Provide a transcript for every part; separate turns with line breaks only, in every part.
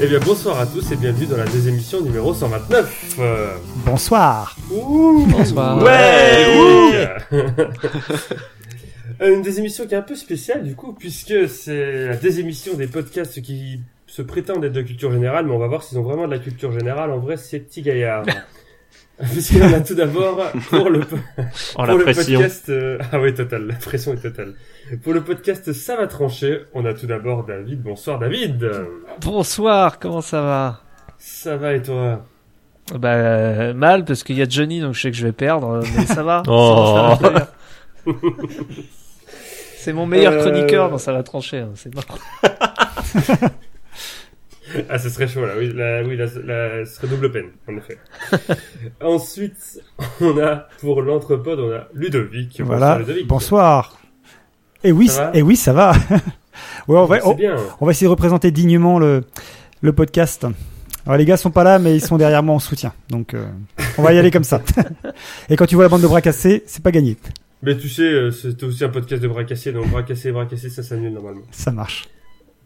Eh bien bonsoir à tous et bienvenue dans la deuxième émission numéro 129. Euh,
Bonsoir.
ouh,
Bonsoir.
ouais, Euh, Une des émissions qui est un peu spéciale du coup puisque c'est la deuxième émission des podcasts qui se prétendent être de culture générale mais on va voir s'ils ont vraiment de la culture générale. En vrai c'est petit gaillard. Puisqu'on a tout d'abord pour le,
Oh
pour
la
le
pression.
podcast... euh, Ah oui total, la pression est totale. Pour le podcast Ça va trancher, on a tout d'abord David. Bonsoir David.
Bonsoir, comment ça va
Ça va et toi
Bah euh, mal parce qu'il y a Johnny donc je sais que je vais perdre, euh, mais ça va.
Oh.
ça va, ça va, ça va. C'est mon meilleur
Euh.
chroniqueur, non, ça va trancher, hein, c'est mort.
Ah, ce serait chaud, là. Oui, là, oui, là, là, ce serait double peine, en effet. Ensuite, on a, pour l'entrepode, on a Ludovic.
Voilà.
Ludovic.
Bonsoir. Et oui,
Ça va
et oui, ça va. ouais, oh. on va,
C'est
on,
bien.
on va essayer de représenter dignement le, le podcast. Alors, les gars sont pas là, mais ils sont derrière moi en soutien. Donc, euh, on va y aller comme ça. et quand tu vois la bande de bras cassés, c'est pas gagné.
Mais tu sais, euh, c'était aussi un podcast de bras cassés, donc bras cassés, bras cassés, ça s'annule normalement.
Ça marche.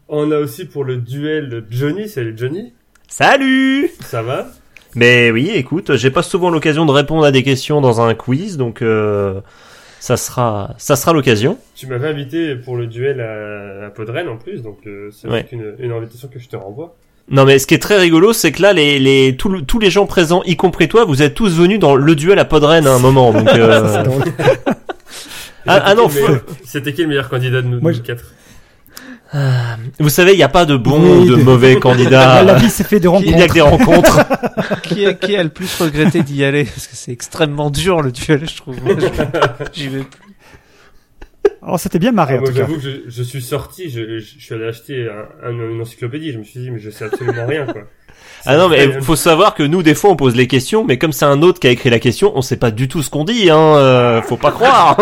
On a aussi pour le duel Johnny, salut Johnny,
Salut
ça va
Mais oui, écoute, j'ai pas souvent l'occasion de répondre à des questions dans un quiz, donc euh, ça sera, ça sera l'occasion.
Tu m'avais invité pour le duel à, à Podren en plus, donc euh, c'est
Ouais.
une, une invitation que je te renvoie.
Non mais ce qui est très rigolo, c'est que là, les, les, tout le- tous les gens présents, y compris toi, vous êtes tous venus dans le duel à Podren à un moment. Donc, euh,
Ça, c'est drôle.
Ah, ah non,
C'était qui le meilleur- c'était qui le meilleur candidat de nous,
Moi,
nous
je-
quatre
vous savez, il n'y a pas de bons ou
Oui,
de
de-
mauvais
la
ah.
candidats.
vie s'est fait de
Il n'y a
rencontres.
que des rencontres.
qui, a, qui a le plus regretté d'y aller Parce que c'est extrêmement dur le duel, je trouve. Moi, je- J'y vais plus.
Alors, c'était Oh, bien marré,
Ah,
en
moi,
tout cas.
j'avoue que je, je suis sorti, je, je, je suis allé acheter un, un- une encyclopédie. Je me suis dit, mais je sais absolument rien, quoi.
Ah non, mais
C'est-
faut savoir que nous, des fois, on pose les questions, mais comme c'est un autre qui a écrit la question, on sait pas du tout ce qu'on dit. Hein, euh, faut pas croire.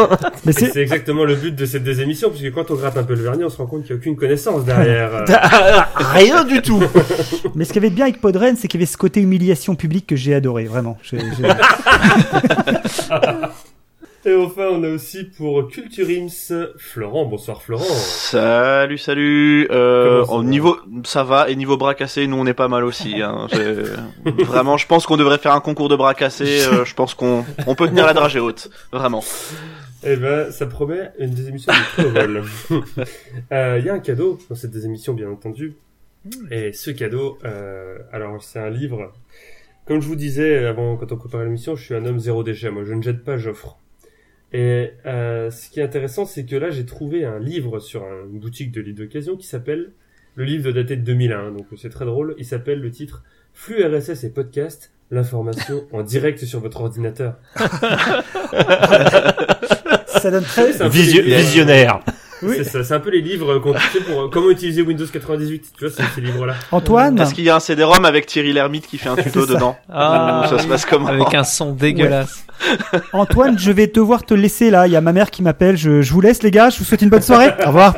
Mais
Et
c'est,
C'est exactement le but de cette des émissions, puisque quand on gratte un peu le vernis, on se rend compte qu'il n'y a aucune connaissance derrière. Euh,
Rien du tout.
mais ce qu'il y avait de bien avec Podren, c'est qu'il y avait ce côté humiliation publique que j'ai adoré, vraiment. J'ai- j'ai-
Et enfin, on a aussi pour Culture Ims, Florent. Bonsoir Florent.
Salut, salut. Euh,
Comment ça
au
va
niveau, ça va. Et niveau bras cassés, nous on est pas mal aussi. Hein. C'est- Vraiment, je pense qu'on devrait faire un concours de bras cassés. euh, je pense qu'on, on peut tenir la dragée haute. Vraiment.
Eh ben, ça promet une des émissions de vol. Euh, Il y a un cadeau dans cette des émissions, bien entendu. Et ce cadeau, euh, alors c'est un livre. Comme je vous disais avant, quand on préparait l'émission, je suis un homme zéro déchet. Moi, je ne jette pas, j'offre. Et euh, ce qui est intéressant, c'est que là, j'ai trouvé un livre sur un- une boutique de livres d'occasion qui s'appelle. Le livre doit dater de 2001, donc c'est très drôle. Il s'appelle le titre Flux RSS et podcast, l'information en direct sur votre ordinateur.
ça donne très,
C'est un peu
Visio-
l'idée, euh,
visionnaire.
Oui.
C'est ça, c'est un peu les livres qu'on tu sais, pour euh, comment utiliser Windows 98. Tu vois, c'est ces livres-là.
Antoine,
Parce qu'il y a un CD-ROM avec Thierry Lhermitte qui fait un tuto
ça.
dedans.
Ah,
ça se
oui.
passe comment
Avec un son dégueulasse.
Antoine, je vais devoir te laisser là. Il y a ma mère qui m'appelle. Je, je vous laisse, les gars. Je vous souhaite une bonne soirée. Au revoir.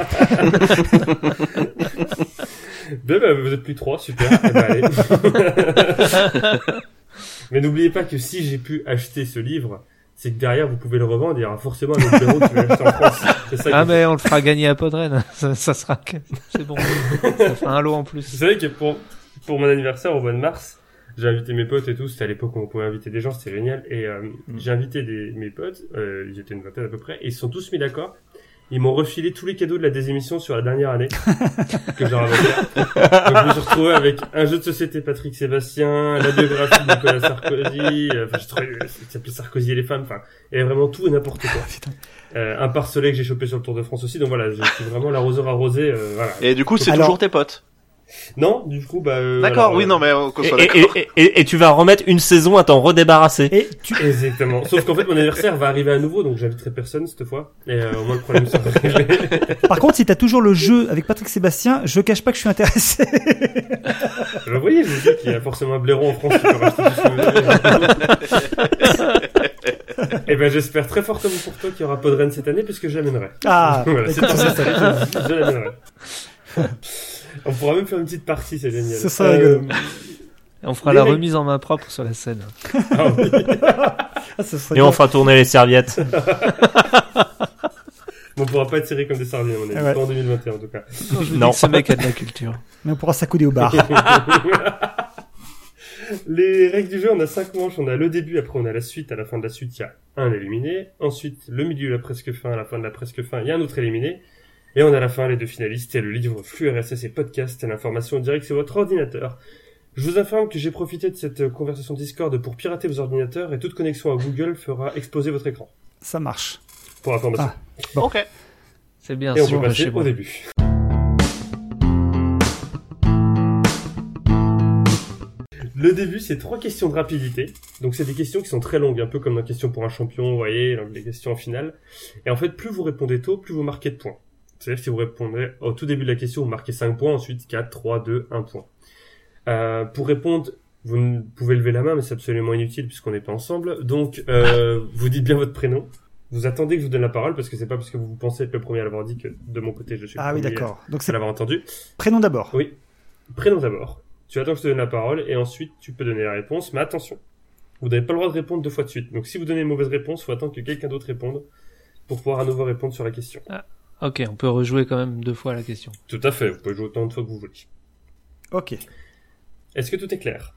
Ben, ben, vous êtes plus trois, super. Eh ben, allez. Mais n'oubliez pas que si j'ai pu acheter ce livre, c'est que derrière vous pouvez le revendre. Il y aura forcément un autre bureau qui va l'acheter en France. C'est ça.
Ah
que-
mais on le fera gagner à Podren, ça, ça sera c'est bon. Ça fera un lot en plus.
Vous savez que pour pour mon anniversaire au mois de mars, j'ai invité mes potes et tout. C'était à l'époque où on pouvait inviter des gens, c'était génial. Et euh, j'ai invité des, mes potes. Euh, ils étaient une vingtaine à peu près. Et ils se sont tous mis d'accord. Ils m'ont refilé tous les cadeaux de la désémission sur la dernière année que j'aurais Donc je me suis retrouvé avec un jeu de société Patrick Sébastien, la biographie de Nicolas Sarkozy, euh, enfin, j'ai trouvé, euh, ça s'appelait Sarkozy et les femmes, enfin, et vraiment tout et n'importe quoi. Euh, un pare-soleil que j'ai chopé sur le Tour de France aussi, donc voilà, je suis vraiment l'arroseur arrosé, euh, voilà.
Et du coup, c'est
Alors-
toujours tes potes.
Non, du coup, bah... euh,
D'accord.
alors,
oui,
euh,
non, mais euh, qu'on
Et,
soit
et-
d'accord.
et- et- et tu vas remettre une saison à t'en redébarrasser.
Et tu,
Exactement. Sauf qu'en fait, mon anniversaire va arriver à nouveau, donc j'inviterai personne cette fois. Et euh, au moins, le problème sera réglé.
par contre, si t'as toujours le jeu avec Patrick Sébastien, je cache pas que je suis intéressé.
Vous voyez, je vous dis qu'il y a forcément un blaireau en France qui peut racheter tout ce que vous avez. Eh ben, j'espère très fortement pour toi qu'il y aura Podren cette année, puisque je l'amènerai.
Ah,
Voilà, c'est
écoute,
tout,
ça,
c'est ça, je- je l'amènerai. On pourra même faire une petite partie, c'est génial. Euh,
Ce serait rigolo.
Et Euh, on fera
Les
la
règles-
remise en main propre sur la scène.
ah oui.
ça serait
Et on
bien.
fera tourner les serviettes.
Bon, pourra pas tirer comme des sardines, à mon avis.
Ah ouais.
Pas en 2021, en tout cas.
Je vous
Non.
dis que ce mec a de la culture.
Mais on pourra s'accouder au bar.
Les règles du jeu, on a cinq manches. On a le début, après on a la suite. À la fin de la suite, il y a un éliminé. Ensuite, le milieu, la presque fin. À la fin de la presque fin, il y a un autre éliminé. Et on a à la fin les deux finalistes et le livre flux RSS et podcast et l'information en direct sur votre ordinateur. Je vous informe que j'ai profité de cette conversation Discord pour pirater vos ordinateurs et toute connexion à Google fera exploser votre écran.
Ça marche.
Pour information.
Bon.
Ok.
C'est bien
et on
sûr,
peut passer
chez
au
moi.
début. Le début, c'est trois questions de rapidité. Donc, c'est des questions qui sont très longues, un peu comme la question pour un champion, vous voyez, les questions en finale. Et en fait, plus vous répondez tôt, plus vous marquez de points. C'est-à-dire que si vous répondez au tout début de la question, vous marquez 5 points, ensuite 4, 3, 2, 1 point. Euh, pour répondre, vous ne pouvez lever la main, mais c'est absolument inutile puisqu'on n'est pas ensemble. Donc, euh, vous dites bien votre prénom. Vous attendez que je vous donne la parole parce que c'est pas parce que vous pensez être le premier à l'avoir dit que de mon côté je suis le
Ah oui,
premier
d'accord. Donc
à
c'est
l'avoir entendu.
prénom d'abord.
Oui. Prénom d'abord. Tu attends que je te donne la parole et ensuite tu peux donner la réponse, mais attention. Vous n'avez pas le droit de répondre deux fois de suite. Donc si vous donnez une mauvaise réponse, faut attendre que quelqu'un d'autre réponde pour pouvoir à nouveau répondre sur la question.
Ok, on peut rejouer quand même deux fois la question.
Tout à fait, vous pouvez jouer autant de fois que vous voulez.
Ok.
Est-ce que tout est clair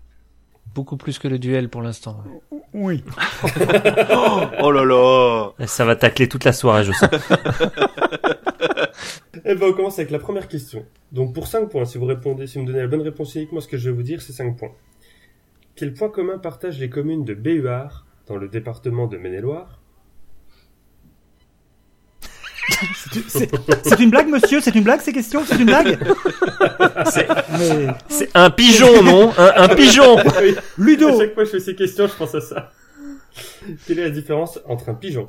Beaucoup plus que le duel pour l'instant.
Oui.
Oh là là
Ça va tacler toute la soirée, je sais.
Eh ben on commence avec la première question. Donc pour 5 points, si vous répondez, si vous me donnez la bonne réponse uniquement, ce que je vais vous dire, c'est 5 points. Quel point commun partagent les communes de Béhuard, dans le département de Maine-et-Loire
C'est- C'est c'est une blague, monsieur C'est une blague, ces questions C'est une blague
C'est-
Mais-
C'est un pigeon, non un, un pigeon
Oui. À
Ludo
chaque fois que je fais ces questions, je pense à ça. Quelle est la différence entre un pigeon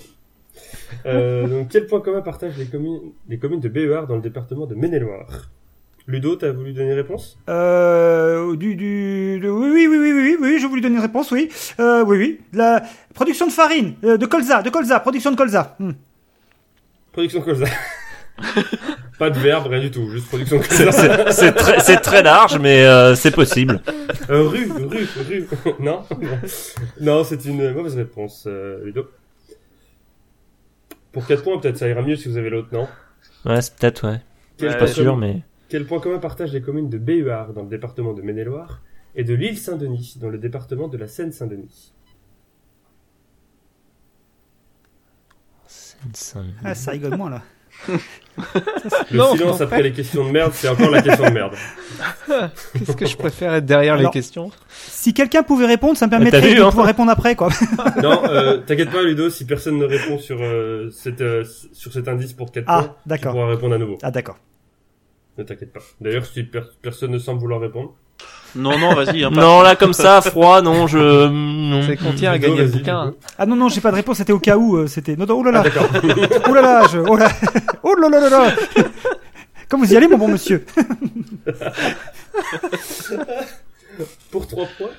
euh, Donc, quel point commun partagent les communes, les communes de Béhuard dans le département de Maine-et-Loire Ludo, t'as voulu donner réponse
euh, du, du, de- oui, oui, oui, oui, oui, oui, je voulais donner une réponse, oui. Euh, oui, oui. De la production de farine, euh, de colza, de colza, production de colza. Hmm.
Production colza. Pas de verbe, rien du tout, juste production
C'est-
colza.
C'est c'est très, c'est très large, mais euh, c'est possible.
Euh, rue, rue, rue. non Non, c'est une mauvaise réponse, euh, Ludo. Pour 4 points, peut-être ça ira mieux si vous avez l'autre, non
Ouais, c'est peut-être, ouais.
Quel
Je suis
Pas
point
sûr,
commun-
mais...
Quel point commun partagent les communes de Béhuard dans le département de Maine-et-Loire et de l'île Saint-Denis dans le département de la Seine-Saint-Denis
Ah, ça rigole moins, là.
Le
Non,
silence
non,
après les questions de merde, c'est encore la question de merde.
Qu'est-ce que je préfère être derrière
Alors-
les questions
Si quelqu'un pouvait répondre, ça me
t'as
permettrait
vu,
de
hein
pouvoir répondre après, quoi.
Non, euh, t'inquiète pas Ludo, si personne ne répond sur, euh, cette, euh, sur cet indice pour 4 points,
Ah,
tu
d'accord.
pourras répondre à nouveau.
Ah, d'accord.
Ne t'inquiète pas. D'ailleurs, si per- personne ne semble vouloir répondre,
Non, non, vas-y, hein, pas-
Non, là, comme ça, froid, non, je... non.
Hmm.
C'est qu'on tient à
Ludo,
gagner le
vas-y,
bouquin.
Ludo.
Ah non, non, j'ai pas de réponse, c'était au cas où, euh, c'était... Non, non, oh là
Ah
là,
d'accord.
oh là là, je... oh là, oh là là là là Comme vous y allez, mon bon monsieur
pour 3 points,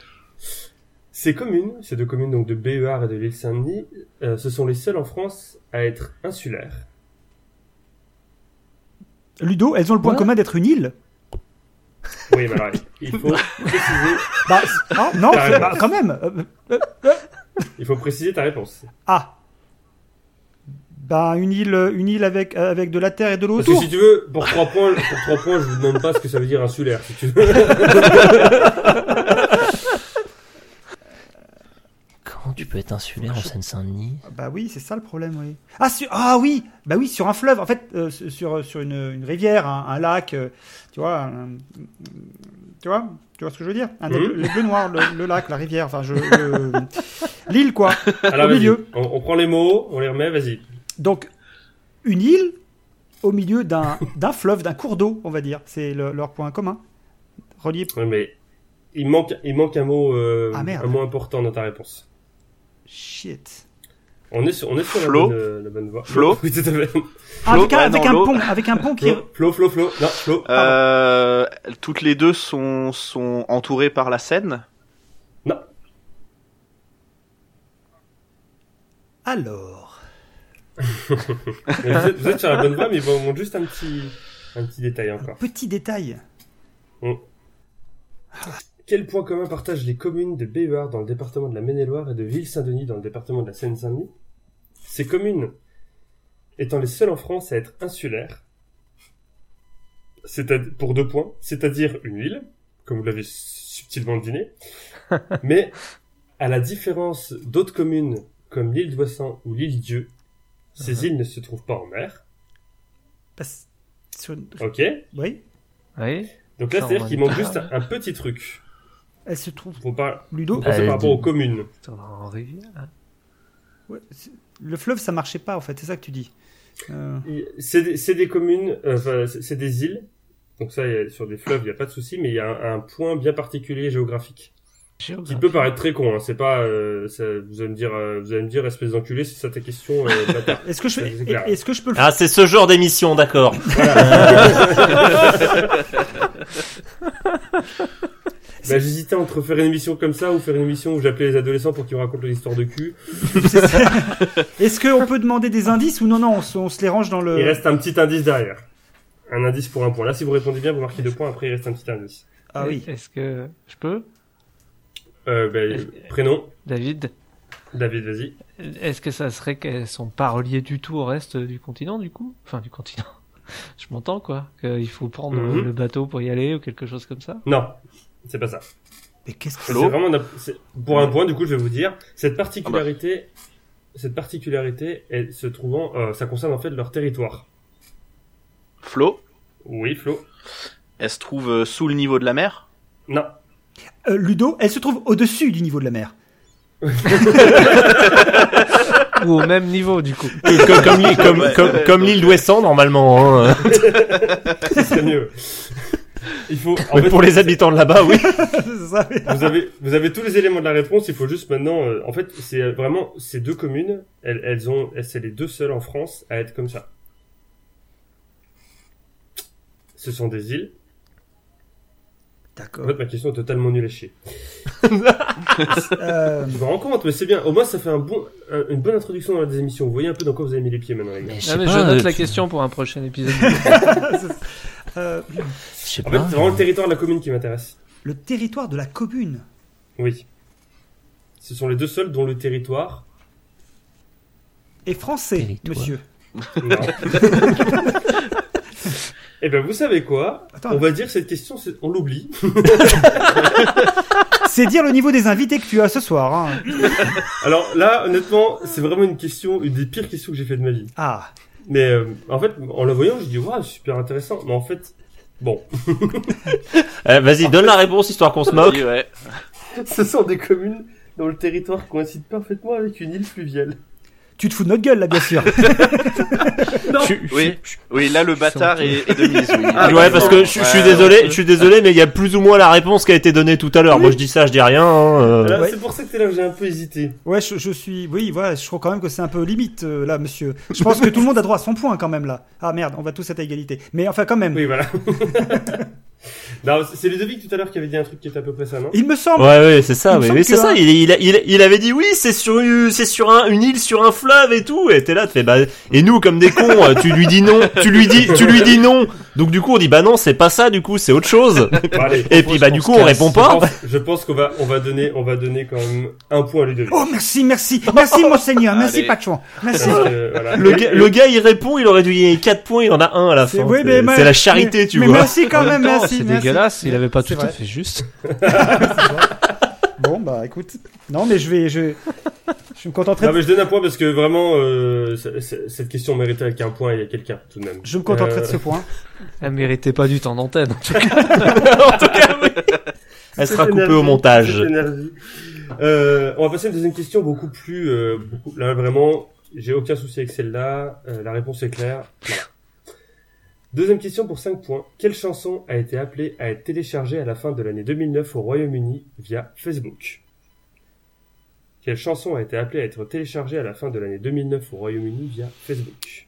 ces communes, ces deux communes donc de Béhuard et de l'île Saint-Denis, euh, ce sont les seules en France à être insulaires.
Ludo, elles ont le point
Quoi
commun d'être une île
Oui, mais alors, il faut préciser
Bah, ah, non,
T'as raison.
bah, quand même Euh,
Il faut préciser ta réponse.
Ah Bah, une île, euh, une île avec, euh, avec de la terre et de l'eau
Bah,
Parce que
autour
si tu veux, pour 3 points, pour trois points, je vous demande pas ce que ça veut dire insulaire, si tu veux.
Comment tu peux être insulaire en Seine-Saint-Denis
Bah oui, c'est ça le problème, oui. Ah, sur- ah oui Bah oui, sur un fleuve, en fait, euh, sur, sur une, une rivière, un, un lac, euh, tu vois, un- tu vois tu vois ce que je veux dire Un des-
Mhm.
Les bleus noirs, le, le lac, la rivière, enfin, je... je- L'île, quoi
Alors,
Au
vas-y.
milieu.
On, on prend les mots, on les remet, vas-y.
Donc, une île au milieu d'un d'un fleuve, d'un cours d'eau, on va dire. C'est le- leur point commun. Relié.
Ouais, mais il manque, il manque un mot, euh,
Ah, merde.
un mot important dans ta réponse.
Shit.
On est sur, on est sur
Flo
la, bonne, euh, la bonne voie.
Flo
Oui, tout à fait.
Ah,
Flo,
avec un,
ouais,
avec
non,
un
l'eau.
pont, avec un pont qui.
Flo, Flo, Flo, Flo. Non, Flo. pardon.
Euh, toutes les deux sont, sont entourées par la Seine.
Non.
Alors.
Mais Vous êtes, vous êtes sur la bonne voie, mais il vous manque juste un petit, un petit détail encore.
Petit détail.
Quel point commun partagent les communes de Béhuard dans le département de la Maine-et-Loire et de Ville-Saint-Denis dans le département de la Seine-Saint-Denis Ces communes étant les seuls en France à être insulaires, c'est à- pour deux points, c'est-à-dire une île, comme vous l'avez subtilement deviné, mais à la différence d'autres communes comme l'île d'Ouessant ou l'île Dieu,
Uh-huh.
ces îles ne se trouvent pas en mer.
Parce- sur une-
Ok.
Oui,
Oui.
Donc là,
Ça, on
c'est-à-dire
en
qu'il
est
manque
pas.
juste un, un petit truc.
elle se trouve.
Faut pas
Ludo
penser
Euh,
par rapport
dis-
aux communes.
Attends, En rivière. hein.
Ouais, c'est- Le fleuve, ça marchait pas en fait, c'est ça que tu dis. Euh,
Il- C'est des, c'est des communes, euh, enfin, c'est c'est des îles. Donc ça, il y a- sur des fleuves, il n'y a pas de souci, mais il y a un, un point bien particulier géographique qui
Ah,
peut paraître très con. Hein. C'est pas, euh, ça- vous allez me dire, euh, vous allez me dire, espèce d'enculé, c'est ça ta question. euh, bâtard.
Est-ce que je
C'est clair.
est-ce que je peux le
Ah, c'est ce genre d'émission, d'accord.
bah, J'hésitais entre faire une émission comme ça ou faire une émission où j'appelais les adolescents pour qu'ils me racontent les histoires de cul.
Est-ce qu'on peut demander des indices ou non, non, on se, on se les range dans le.
Il reste un petit indice derrière. Un indice pour un point. Là, si vous répondez bien, vous marquez deux points. Après, il reste un petit indice.
Ah oui.
Est-ce que je peux
Euh, bah, prénom,
David,
David, vas-y.
est-ce que ça serait qu'elles sont pas reliées du tout au reste du continent du coup Enfin du continent. Je m'entends quoi Qu'il faut prendre
Mhm.
le bateau pour y aller ou quelque chose comme ça
Non, c'est pas ça.
Mais qu'est-ce que
C'est
Flo
vraiment d'un- c'est- pour un point, du coup, je vais vous dire.
Ah
Cette
bah.
particularité, cette particularité, elle se trouvant, euh, ça concerne en fait leur territoire.
Flo,
Oui, Flo.
elle se trouve euh, sous le niveau de la mer
Non.
Euh, Ludo, elle se trouve au-dessus du niveau de la mer.
Ou au même niveau du coup
Que- que- comme l'île- comme,
Ouais.
comme- comme l'île d'Ouessant, normalement. hein.
Ce serait mieux. Il faut. en
Mais
fait,
pour les habitants de là-bas, oui.
C'est ça.
Vous avez, vous avez tous les éléments de la réponse. Il faut juste maintenant. euh, en fait, c'est vraiment ces deux communes. Elles, elles ont, elles- c'est les deux seules en France à être comme ça. Ce sont des îles. En
D'accord.
fait, ma question est totalement nulle à chier.
Euh,
Je me rends compte, mais c'est bien. Au moins, ça fait un bon, un- une bonne introduction dans la émission. Vous voyez un peu dans quoi vous avez mis les pieds maintenant, les gars.
Non, Ah, mais je
euh,
euh,
note la question pour un prochain épisode.
euh,
En fait, c'est vraiment le territoire de la commune qui m'intéresse.
le territoire de la commune.
Oui. Ce sont les deux seuls dont le territoire.
est français,
Territoire.
monsieur.
Non. Eh ben, vous savez quoi
Attends,
On va dire cette question, c'est- on l'oublie.
c'est dire le niveau des invités que tu as ce soir. hein.
Alors là, honnêtement, c'est vraiment une question, une des pires questions que j'ai fait de ma vie.
Ah,
Mais euh, en fait, en la voyant, je dis waouh, super intéressant. Mais en fait, bon,
Euh, Vas-y, donne la réponse histoire qu'on se moque.
Oui, ouais.
ce sont des communes dont le territoire coïncide parfaitement avec une île fluviale.
tu te fous de notre gueule là, bien sûr.
Tu-
Oui. oui, là le bâtard est, est de mise. Oui.
Ah,
ouais, parce que je, je suis désolé, je suis désolé, mais il y a plus ou moins la réponse qui a été donnée tout à l'heure. Moi, je dis ça, je dis rien. hein, euh.
Alors,
Ouais.
C'est pour ça que t'es là que j'ai un peu hésité.
Ouais, je, je suis. Oui, voilà, je trouve quand même que c'est un peu limite euh, là, monsieur. Je pense que tout le monde a droit à son point quand même là. Ah merde, on va tous être à égalité. Mais enfin, quand même.
Oui, voilà. non, c'est- c'est Ludovic tout à l'heure qui avait dit un truc qui était à peu près ça, non
Il me semble.
Ouais, ouais, c'est
Il
ça,
me
oui,
semble
oui,
que
c'est ça.
un-
Il, il, il, il avait dit oui, c'est sur, une- c'est sur un, une île, sur un fleuve et tout. Et t'es là, tu fais bah, et nous, comme des cons, euh, tu lui dis non, tu lui dis, tu lui dis non. Donc du coup, on dit bah non, c'est pas ça, du coup, c'est autre chose.
Bon, allez,
Et puis bah du coup, on répond
je
pas.
pense, je pense qu'on va, on va donner, on va donner quand même un point à Ludovic.
Oh merci, merci, merci monseigneur, merci
Allez.
Pachouan,
Parce
merci.
que, voilà.
Le gars, le gars, il répond, il aurait dû gagner 4 points, il en a un à la
C'est
fin.
oui, mais
C'est
ma-
c'est la charité,
mais-
tu
mais
vois.
Merci quand
En
même,
même temps,
merci.
C'est
merci.
dégueulasse, il avait pas
C'est
tout à
vrai.
fait juste.
Bon bah écoute, non mais je vais, je, je me contenterai.
Non
de-
mais je donne un point parce que vraiment euh, c- c- cette question méritait avec un point et quelqu'un tout de même.
Je me contenterai de
Euh,
ce point.
Elle méritait pas du temps d'antenne.
Elle sera
Cette
coupée
énergie,
au montage.
cette énergie. Euh, on va passer à une deuxième question beaucoup plus. euh, beaucoup- là vraiment, j'ai aucun souci avec celle-là. euh, la réponse est claire. Voilà. Deuxième question pour 5 points. Quelle chanson a été appelée à être téléchargée à la fin de l'année 2009 au Royaume-Uni via Facebook Quelle chanson a été appelée à être téléchargée à la fin de l'année 2009 au Royaume-Uni via Facebook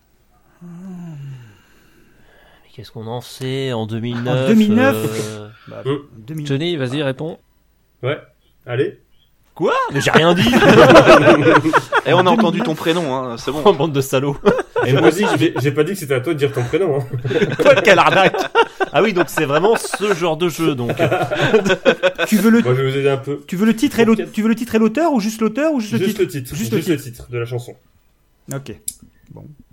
Qu'est-ce qu'on en sait en 2009
En 2009?
euh,
Deux minutes.
Johnny, vas-y, réponds.
Ouais. Allez.
Quoi Mais j'ai rien dit.
Et on a entendu ton prénom, hein, c'est bon.
Oh, bande de salauds.
Et moi aussi, j'ai- j'ai pas dit que c'était à toi de dire ton prénom. Hein.
Paul, quelle arnaque Ah oui, donc c'est vraiment ce genre de jeu, donc.
Tu veux le,
Moi, je vais vous aider un peu.
tu veux le titre et l'au- tu veux le titre et l'auteur ou juste l'auteur ou juste le
Juste
titre
le titre.
Juste
Juste,
le
le titre de la chanson.
Ok.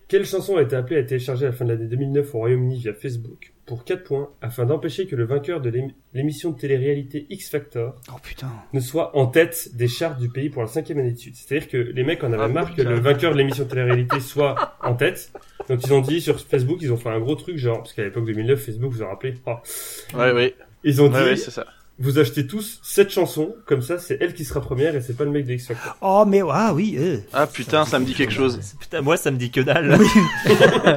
Quelle chanson a été appelée à télécharger à la fin de l'année 2009 au Royaume-Uni via Facebook pour 4 points afin d'empêcher que le vainqueur de l'émi- l'émission de télé-réalité X Factor
Oh putain.
ne soit en tête des charts du pays pour la cinquième année de suite C'est-à-dire que les mecs en avaient
Ah,
marre que
putain.
le vainqueur de l'émission de télé-réalité soit en tête. Donc ils ont dit sur Facebook, ils ont fait un gros truc genre, parce qu'à l'époque 2009, Facebook, vous en rappelez, oh.
Ouais, ouais,
ils ont dit,
ouais, ouais, c'est ça.
vous achetez tous cette chanson, comme ça c'est elle qui sera première et c'est pas le mec de X Factor.
Oh mais ah oui. euh.
Ah putain, ça me dit quelque chose.
Putain, moi, ça me dit que dalle.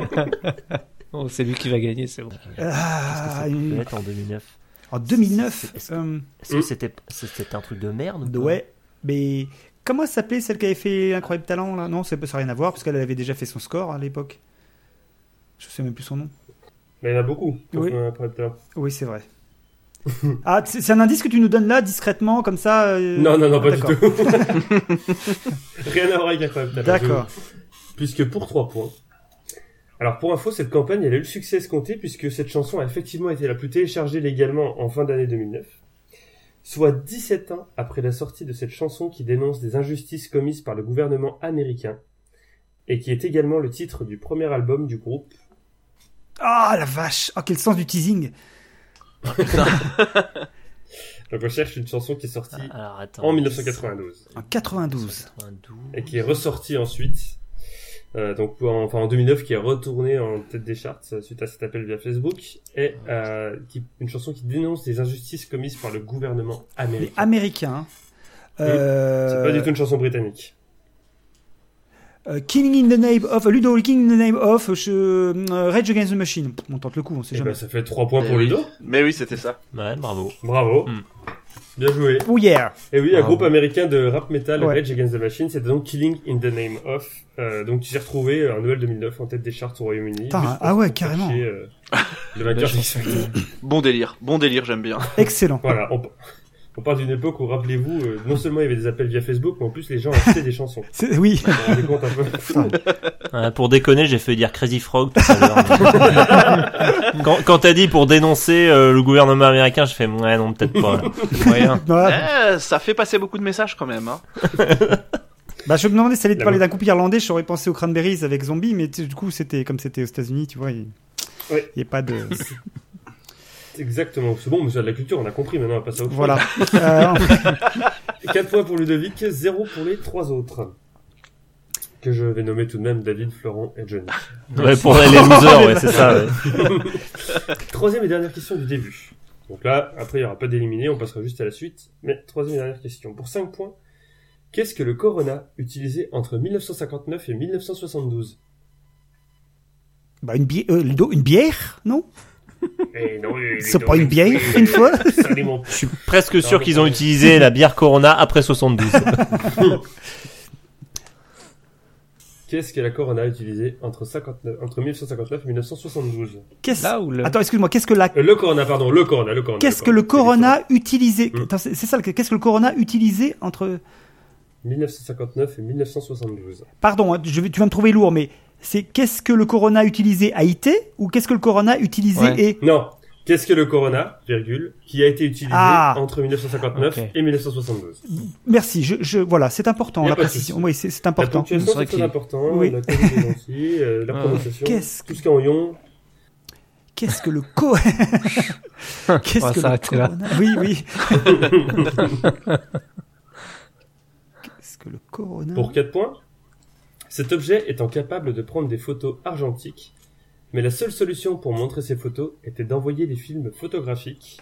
Oh, c'est lui qui va gagner, c'est bon.
Ah,
Peut-être
une-
en 2009.
en 2009.
Est-ce-
euh,
Est-ce que c'était c'était un truc de merde ou pas
ouais. Mais comment elle s'appelait celle qui avait fait incroyable talent là Non, ça n'a rien à voir parce qu'elle avait déjà fait son score à l'époque. Je sais même plus son nom.
Mais il y en a beaucoup.
Oui.
Euh, après, tout à l'heure.
Oui, c'est vrai. ah, c'est c'est un indice que tu nous donnes là discrètement comme ça. euh,
Non, non, non, pas du
d'accord.
tout. Rien à voir avec Incroyable Talent.
D'accord.
Je- Puisque pour 3 points. Alors pour info, cette campagne, elle a eu le succès escompté puisque cette chanson a effectivement été la plus téléchargée légalement en fin d'année 2009. Soit 17 ans après la sortie de cette chanson qui dénonce des injustices commises par le gouvernement américain et qui est également le titre du premier album du groupe.
Ah la vache. Ah quel sens du teasing.
Donc on cherche une chanson qui est sortie
Alors, Ah, attends.
en 1992.
En 92.
92.
et qui est ressorti ensuite. Euh, donc pour- enfin en 2009 qui est retourné en tête des charts euh, suite à cet appel via Facebook et euh, qui, une chanson qui dénonce les injustices commises par le gouvernement
Mais
américain.
américain. hein. Euh,
C'est pas du tout une chanson britannique.
euh, Killing in the name of Ludo, Killing in the name of je, euh, Rage Against the Machine. On tente le coup, on sait
Et
jamais.
ben, ça fait 3 points
Mais
pour
oui.
Ludo.
Mais oui, c'était ça.
Ouais, bravo.
Bravo.
Hmm.
Bien joué.
Oh yeah.
Et oui, un
Bravo.
groupe américain de rap metal,
Ouais.
Rage Against the Machine, c'était donc Killing in the Name of. Euh, donc j'ai retrouvé euh, en Noël 2009 en tête des charts au Royaume-Uni.
Putain,
Juste
ah
pour
ouais,
faire
carrément.
chier, euh, le vainqueur.
Bon délire, bon délire, j'aime bien.
Excellent.
Voilà, on, on parle d'une époque où, rappelez-vous, euh, non seulement il y avait des appels via Facebook, mais en plus les gens achetaient des chansons.
C'est- Oui.
Vous vous rendez compte un peu
Putain.
Hein, pour déconner, j'ai fait dire Crazy Frog tout à l'heure. mais- quand quand t'as dit pour dénoncer euh, le gouvernement américain, je fais ouais non peut-être pas. là. Moyen.
Hein
Voilà.
Ah.
Eh, ça fait passer beaucoup de messages quand même. Hein.
Bah, je me demandais si t'allais te
La
parler d'un couple irlandais, j'aurais pensé aux Cranberries avec Zombie, mais tu- du coup, c'était comme c'était aux États-Unis, tu vois, il n'y
Ouais.
a pas de.
Exactement, c'est bon, monsieur de la culture, on a compris, maintenant on va passer à autre
voilà. Euh,
4 points pour Ludovic, 0 pour les trois autres. Que je vais nommer tout de même David, Florent et Johnny.
Ouais pour les losers, ouais c'est ça. ouais.
Troisième et dernière question du début. Donc là, après il n'y aura pas d'éliminé, on passera juste à la suite. Mais troisième et dernière question. Pour 5 points, qu'est-ce que le Corona utilisé entre 1959 et 1972
bah, une, bi- euh, Ludo, une bière, non
Eh non, il est
C'est pas
dans-
une bière, une fois
Absolument
Je suis presque sûr qu'ils ont utilisé la bière Corona après 72.
Qu'est-ce que la Corona a utilisé entre, 59 entre 1959 et 1972
Qu'est-ce-
Là ou le...
Attends, excuse-moi, qu'est-ce que la.
Euh, Le Corona, pardon, le Corona, le Corona.
Qu'est-ce que le Corona utilisé
bah, Mm.
Attends, C'est c'est ça, le- qu'est-ce que le Corona utilisé entre.
1959 et 1972.
Pardon, hein, je vais- tu vas me trouver lourd, mais c'est qu'est-ce que le Corona utilisé a été ou qu'est-ce que le Corona utilisé
Ouais.
est
Non. Qu'est-ce que le Corona, virgule, qui a été utilisé
Ah.
entre 1959
Ok.
et 1972
Merci, je, je- voilà, c'est important,
Y a
la
pas de
précision.
souci.
Oui, c'est c'est
La
important.
C'est
ponctuation,
vrai
c'est
qu'il-
très important.
Oui.
La cause des lentilles, euh, la
Ah.
prononciation.
Qu'est-ce-
Tout ce qui est en ion.
Qu'est-ce que le co Qu'est-ce
On va
que le
s'arrêter là.
corona Oui, oui. Qu'est-ce que le corona
Pour 4 points, cet objet étant capable de prendre des photos argentiques, mais la seule solution pour montrer ces photos était d'envoyer des films photographiques.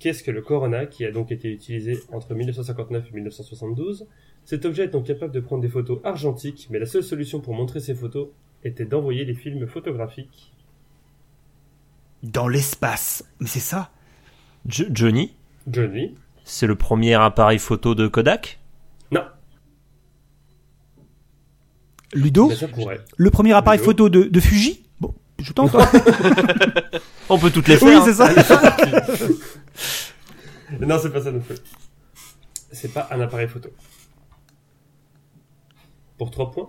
Qu'est-ce que le Corona, qui a donc été utilisé entre 1959 et 1972 Cet objet étant capable de prendre des photos argentiques, mais la seule solution pour montrer ces photos était d'envoyer des films photographiques.
Dans l'espace. Mais c'est ça
Jo- Johnny,
Johnny
c'est le premier appareil photo de Kodak.
Non,
Ludo
mais ça pourrait.
Le premier appareil
Ludo.
photo de, de Fuji Bon, je t'entends.
On peut toutes les
oui,
faire.
c'est ça.
non, c'est pas ça non plus. C'est pas un appareil photo. Pour 3 points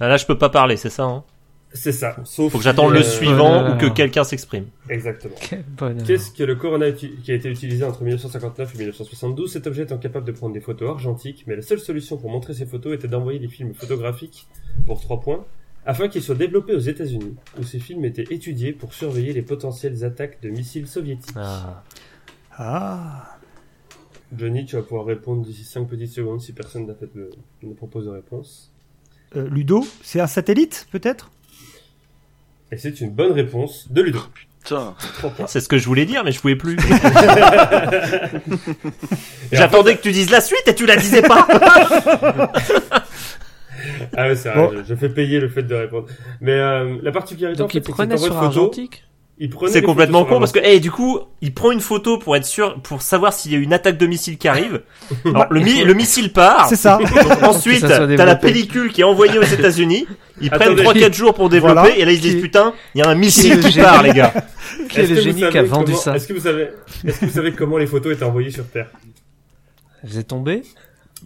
Ah, là je peux pas parler, c'est ça. Hein.
C'est ça. Sauf
Faut que j'attende
si,
le
euh,
suivant
voilà.
ou que quelqu'un s'exprime.
Exactement.
Quel bonheur.
Qu'est-ce que le corona uti- qui a été utilisé entre 1959 et 1972 Cet objet étant capable de prendre des photos argentiques, mais la seule solution pour montrer ces photos était d'envoyer des films photographiques pour 3 points, afin qu'ils soient développés aux États-Unis, où ces films étaient étudiés pour surveiller les potentielles attaques de missiles soviétiques.
Ah.
Ah.
Johnny, tu vas pouvoir répondre d'ici 5 petites secondes si personne n'a fait de- ne propose de réponse.
Euh, Ludo, c'est un satellite, peut-être
Et c'est une bonne réponse de Ludo.
Putain.
3 points.
C'est ce que je voulais dire, mais je pouvais plus.
Et après-
J'attendais que tu dises la suite et tu la disais pas.
Ah ouais, c'est vrai,
Bon.
je, je fais payer le fait de répondre. Mais euh, la particularité, en
Donc
fait,
il
c'est que
prenait
c'est
sur
en photo,
Argentique
il prenait
C'est
les
complètement
photos sur
con
un
parce que, eh, du coup, il prend une photo pour être sûr, pour savoir s'il y a une attaque de missile qui arrive. Alors, le, mi- le missile part.
Bah, C'est ça.
Donc, ensuite,
Que ça soit
t'as la
développé.
pellicule qui est envoyée aux États-Unis. Ils prennent
Attendez.
3-4 jours pour développer
Voilà.
et là ils se disent
Qui-
putain, il y a un
qui
missile
le
qui
gère
part, les gars.
Quel
Est-ce que vous
génie qui a
savez
vendu
comment-
ça
Est-ce que vous savez, est-ce que vous savez comment les photos étaient envoyées sur Terre
Vous êtes tombé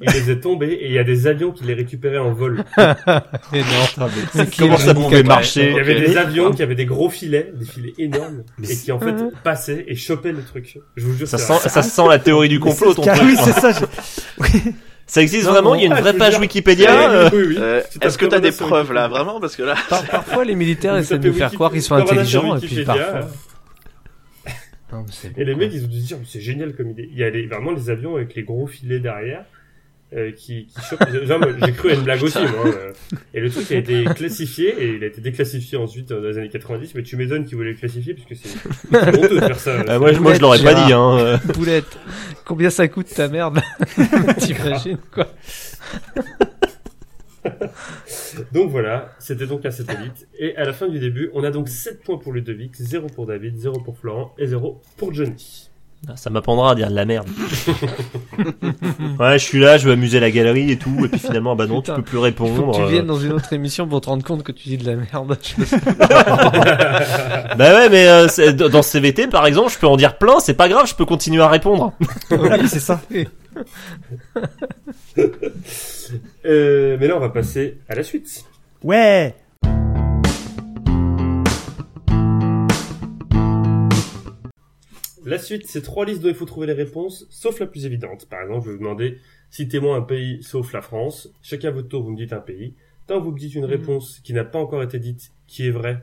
Il les est tombées et il y a des avions qui les récupéraient en vol.
Mais non. Mais quel
Comment ça
génie
pouvait
qui a-
marcher
Il y avait
Ok.
des avions qui avaient des gros filets, des filets énormes, et qui en fait
Mhm.
passaient et chopaient le truc. Je vous jure,
Ça
c'est
sent,
vrai.
ça sent la théorie du complot, ton
Car-
truc.
Oui, c'est ça. j'ai-
Ça existe
Non,
vraiment
non.
Il y a une
Ah,
vraie
je
page
veux dire-
Wikipédia euh,
Oui, oui, oui.
Euh,
Tu tapes
Est-ce que t'as
Corona
des
sur
preuves là,
Wikipédia.
vraiment Parce que là.
Par- parfois les militaires
Vous
essaient de
tapez
nous faire
Wiki-
croire qu'ils sont
Corona sur
intelligents et puis
Wikipédia,
parfois.
euh,
Non, mais c'est
Et les
bon,
mecs, ils ont dû se dire, mais c'est génial comme idée. Il y a les- vraiment les avions avec les gros filets derrière. euh, qui, qui chopent- Genre, moi, j'ai cru à une blague aussi, moi. euh. Et le truc a été classifié, et il a été déclassifié ensuite euh, dans les années 90, mais tu m'étonnes qu'ils voulaient le classifier, puisque c'est c'est honteux de faire ça.
Ah,
euh, moi, je- moi, je l'aurais pas
Gérard.
dit. Hein. euh.
quoi. Boulette, combien ça coûte ta merde T'imagines quoi
Donc voilà, c'était donc un satellite. Et à la fin du début, on a donc 7 points pour Ludovic, 0 pour David, 0 pour Florent et 0 pour Johnny.
Ça m'apprendra à dire de la merde. ouais, je suis là, je veux amuser la galerie et tout, et puis finalement, bah non,
Putain.
tu peux
Il
plus
faut
répondre.
que tu
euh.
viennes dans une autre émission pour te rendre compte que tu dis de la merde. Je le sais.
Bah ouais, mais euh, c'est- dans dans CVT, par exemple, je peux en dire plein, c'est pas grave, je peux continuer à répondre.
Ah oui, c'est ça.
Euh, mais là, on va passer à la suite.
Ouais.
La suite, c'est trois listes dont il faut trouver les réponses, sauf la plus évidente. Par exemple, je vais vous demander, citez-moi un pays sauf la France. Chacun à votre tour, vous me dites un pays. Tant que vous me dites une réponse qui n'a pas encore été dite, qui est vraie,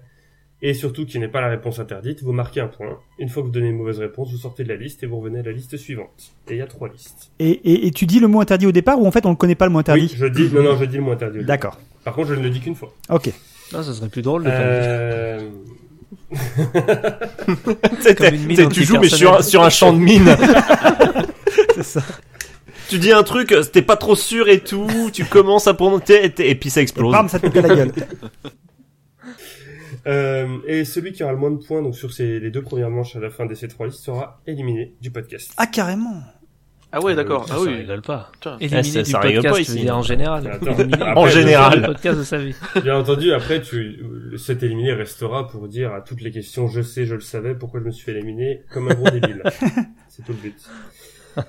et surtout qui n'est pas la réponse interdite, vous marquez un point. Une fois que vous donnez une mauvaise réponse, vous sortez de la liste et vous revenez à la liste suivante. Et il y a trois listes.
Et, et, et tu dis le mot interdit au départ ou en fait on le connaît pas le mot
Oui,
interdit
je dis, non, non, je dis le mot interdit.
D'accord.
Par contre, je ne le dis qu'une fois.
Ok.
Non, ça serait plus drôle de faire
Euh...
Comme
T'sais, t'sais,
une mine
t'sais, tu joues, mais sur, un- sur un champ de mine.
C'est ça.
tu dis un truc, euh, t'es pas trop sûr et tout, tu commences à prendre, t'es- t'es- et puis ça
Et
explose.
bam, ça te pète à la gueule.
Euh, et celui qui aura le moins de points, donc sur ces, les deux premières manches à la fin de ces trois listes, sera éliminé du podcast.
Ah carrément.
Ah ouais, d'accord.
ça, ça
Ah oui.
rigole pas.
Putain.
Éliminer
ça-
du
ça rigole
podcast,
pas
tu
ici.
veux dire en général.
Attends.
Éliminer
En
du
général.
podcast de sa vie.
Bien entendu, après, tu, le- cet éliminé restera pour dire à toutes les questions je sais, je le savais, pourquoi je me suis fait éliminer comme un gros débile. C'est tout le but. La
Et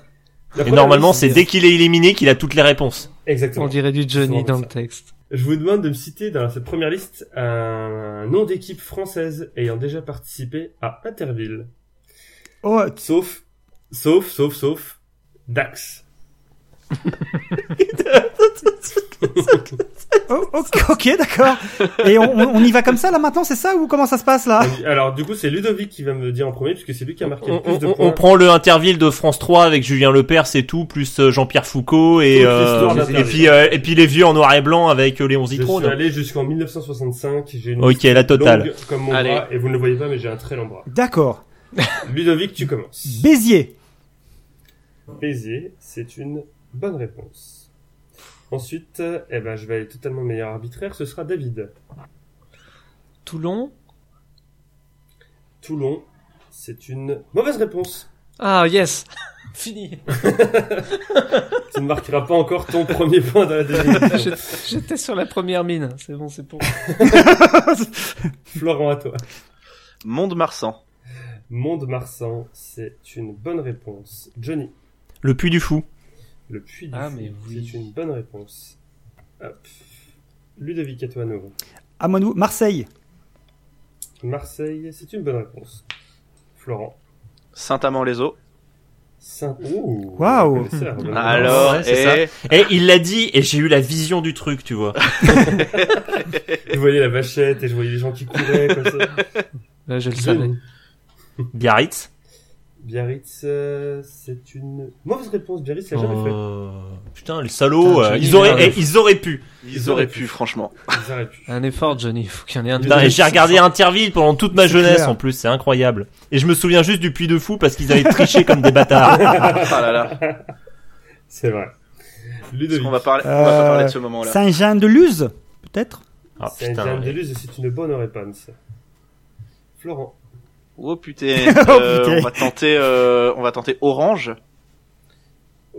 première
normalement,
liste-
c'est dès qu'il est éliminé qu'il a toutes les réponses.
Exactement.
On dirait du
Souvent
Johnny dans
ça.
le texte.
Je vous demande de me citer dans cette première liste un nom d'équipe française ayant déjà participé à Interville.
Oh,
Sauf, sauf, sauf, sauf, Dax.
oh, ok, ok, d'accord. Et on, on- on y va comme ça là maintenant, c'est ça ou comment ça se passe là
Alors, du coup, c'est Ludovic qui va me le dire en premier, puisque c'est lui qui a marqué
Ah. On,
le plus de
on-
points.
on prend le interville de France 3 avec Julien Lepers et tout, plus euh, Jean-Pierre Foucault et,
Toute
euh,
l'histoire
et
d'Interville.
puis euh, et puis les vieux en noir et blanc avec euh, Léon
Je suis
Zitrone.
allé jusqu'en 1965, j'ai une
Ok, la totale.
longue comme mon
Allez.
bras, et vous ne le voyez pas, mais j'ai un très long bras.
D'accord.
Ludovic, tu commences.
Béziers.
Baiser, c'est une bonne réponse. Ensuite, euh, eh ben, je vais aller totalement meilleur arbitraire, ce sera David.
Toulon.
Toulon, c'est une mauvaise réponse.
Ah, yes. Fini.
Tu ne marqueras pas encore ton premier point dans la deuxième émission.
Je- J'étais sur la première mine. C'est bon, c'est pour.
Florent, à toi.
Mont-de-Marsan.
Mont-de-Marsan, c'est une bonne réponse. Johnny,
Le Puy du Fou.
le puits du
Ah,
Fou,
mais oui.
c'est une bonne réponse. Hop. Ludovic, à toi à nouveau.
À moi, nous, Marseille.
Marseille, c'est une bonne réponse. Florent.
Saint-Amand-les-Eaux.
Saint. Ouh,
Waouh.
vous connaissez la bonne réponse.
Alors,
ouais, c'est
et...
Et il l'a dit, et j'ai eu la vision du truc, tu vois.
Je voyais la vachette et je voyais les gens qui couraient comme ça.
Là, je le savais.
Biarritz.
Biarritz, euh, c'est une mauvaise réponse. Biarritz, l'a jamais fait.
Oh, Putain, le salaud,
Putain,
euh,
Johnny,
ils auraient,
merde.
eh, ils auraient pu.
Ils auraient pu, franchement.
Ils auraient pu.
Un effort, Johnny. Il faut qu'il y en ait un.
Putain,
Ils
et
auraient
j'ai
pu.
regardé Interville pendant toute ma jeunesse
clair.
en plus, c'est incroyable. Et je me souviens juste du Puy de Fou parce qu'ils avaient triché comme des bâtards.
Ah là là.
C'est vrai. Ludovic.
On va, parler... on va pas
Euh,
parler de ce moment-là.
Saint-Jean-de-Luz, peut-être
Ah,
C'est
putain,
un
ouais.
déluge et c'est une bonne réponse. Florent.
Oh putain.
Oh,
Euh,
putain.
on va tenter, euh, on va tenter Orange.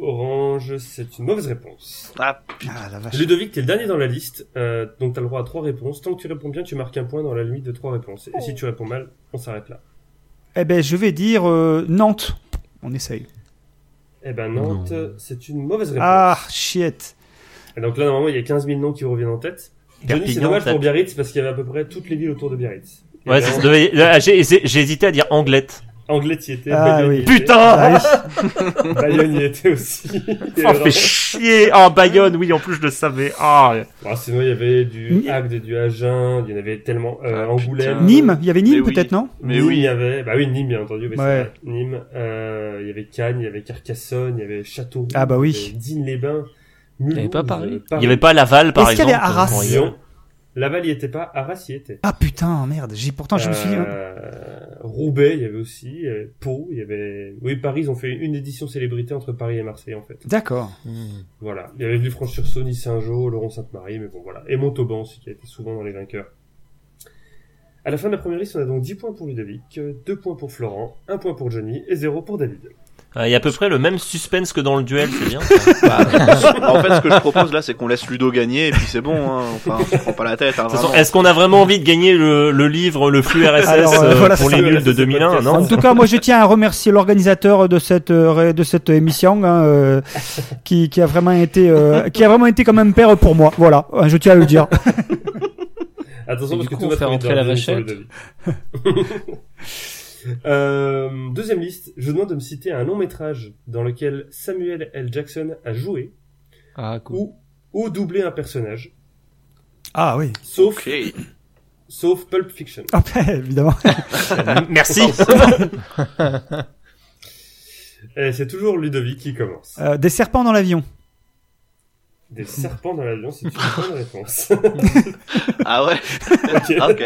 Orange, c'est une mauvaise réponse.
Ah,
Ah la vache.
Ludovic, t'es le dernier dans la liste, euh, donc t'as le droit à trois réponses. Tant que tu réponds bien, tu marques un point dans la limite de trois réponses. Et si tu réponds mal, on s'arrête là.
Eh ben, je vais dire euh, Nantes. On essaye.
Eh ben Nantes, c'est une mauvaise réponse.
Ah, shit.
Et donc là, normalement, il y a 15 000 noms qui reviennent en tête. Denis, c'est
Perpignan,
dommage
t'as-
pour Biarritz parce qu'il y avait à peu près toutes les villes autour de Biarritz. Et
Ouais,
ben,
ça devait- là, j'ai j'ai- j'ai hésité à dire Anglette.
Anglais y était.
Ah
Bayonne
oui.
y était,
Putain
Ah
Bayonne y était aussi. Et
Oh,
alors-
fait chier Ah, Bayonne, oui, en plus, je le savais. Ah,
Bon, sinon, il y avait du
Ni-
Agde, du Agin, il y en avait tellement. Euh,
Ah,
Angoulême.
putain.
oui. Nîmes, il y avait
Mais
Nîmes
oui.
peut-être, non
Mais
Nîmes,
oui.
il y avait. Bah oui, Nîmes, bien entendu. Mais c'est
Ouais.
vrai. Nîmes. euh, il y avait Cannes, il y avait Carcassonne, il y avait Château.
Ah bah oui.
Digne-les-Bains. euh,
y avait pas Paris.
Il y avait pas Laval, par
Est-ce qu'il y
exemple.
avait Arras
quand il y a-
Lyon. Laval y était pas, Arras y était.
Ah putain, merde. J'ai pourtant, je me suis dit. hein.
Euh, Roubaix, il y avait aussi. il y avait Pau, il y avait. Oui, Paris, ils ont fait une édition célébrité entre Paris et Marseille, en fait.
D'accord.
Hmm.
Voilà. Il y avait Villefranche-sur-Saône, Nice Saint-Jean, Laurent-Sainte-Marie, mais bon, voilà. Et Montauban aussi, qui a été souvent dans les vainqueurs. À la fin de la première liste, on a donc 10 points pour Ludovic, 2 points pour Florent, 1 point pour Johnny et 0 pour David.
Ah, Il y a à peu près le même suspense que dans le duel, c'est bien.
bah, en fait, ce que je propose là, c'est qu'on laisse Ludo gagner et puis c'est bon. Hein. Enfin, on se prend pas la tête. Hein,
De toute façon,
vraiment.
Est-ce qu'on a vraiment envie de gagner le, le livre, le flux RSS
Alors, euh,
euh,
voilà,
pour
c'est
les
ça.
nuls de 2001
En
Non.
tout cas, moi, je tiens à remercier l'organisateur de cette euh, ré- de cette émission hein, euh, qui, qui a vraiment été euh, qui a vraiment été comme un père pour moi. Voilà, Euh, je tiens à le dire.
Attention parce
Et du
que
coup,
tout
on
va
fait
trop vite
rentrer
dans
la
Johnny pour
vachette.
Ludovic. Euh, deuxième liste, je vous demande de me citer un long métrage dans lequel Samuel L. Jackson a joué
Ah, cool.
ou, ou doublé un personnage,
Ah oui.
sauf,
Ok.
sauf Pulp Fiction.
Ah ben, évidemment.
Merci.
Et c'est toujours Ludovic qui commence.
Euh, des serpents dans l'avion.
Des serpents dans l'avion, c'est une bonne réponse.
Ah ouais.
Ok.
Ah, ok.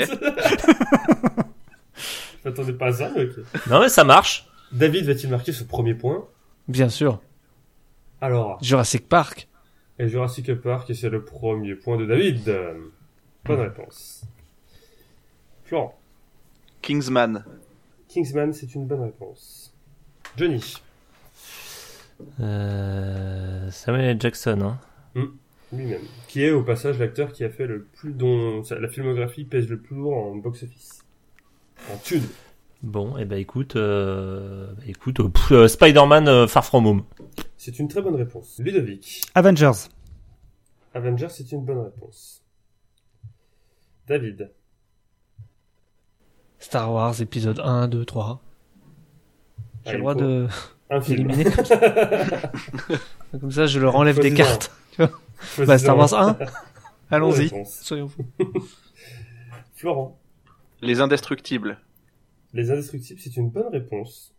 Je m'attendais pas à ça, mais ok.
non mais ça marche.
David va-t-il marquer ce premier point
Bien sûr.
Alors,
Jurassic Park.
et Jurassic Park, et c'est le premier point de David. Euh, Bonne réponse. Florent,
Kingsman.
Kingsman, c'est une bonne réponse. Johnny,
Euh, Samuel L. Jackson. Hein.
lui-même, qui est au passage l'acteur qui a fait le plus dont sa- la filmographie pèse le plus lourd en box-office. En thune.
Bon, et eh ben écoute, euh, bah, écoute, euh, pff, euh, Spider-Man euh, Far From Home.
C'est une très bonne réponse. Ludovic,
Avengers.
Avengers, c'est une bonne réponse. David,
Star Wars épisode 1, 2, 3. J'ai
Ah,
le
il
droit
faut
de
un film.
d'éliminer. Comme ça, je leur enlève des
Choisis-en.
cartes. Bah, Star Wars 1. Allons-y.
Réponse.
Soyons fous.
Florent,
Les Indestructibles.
Les Indestructibles, c'est une bonne réponse.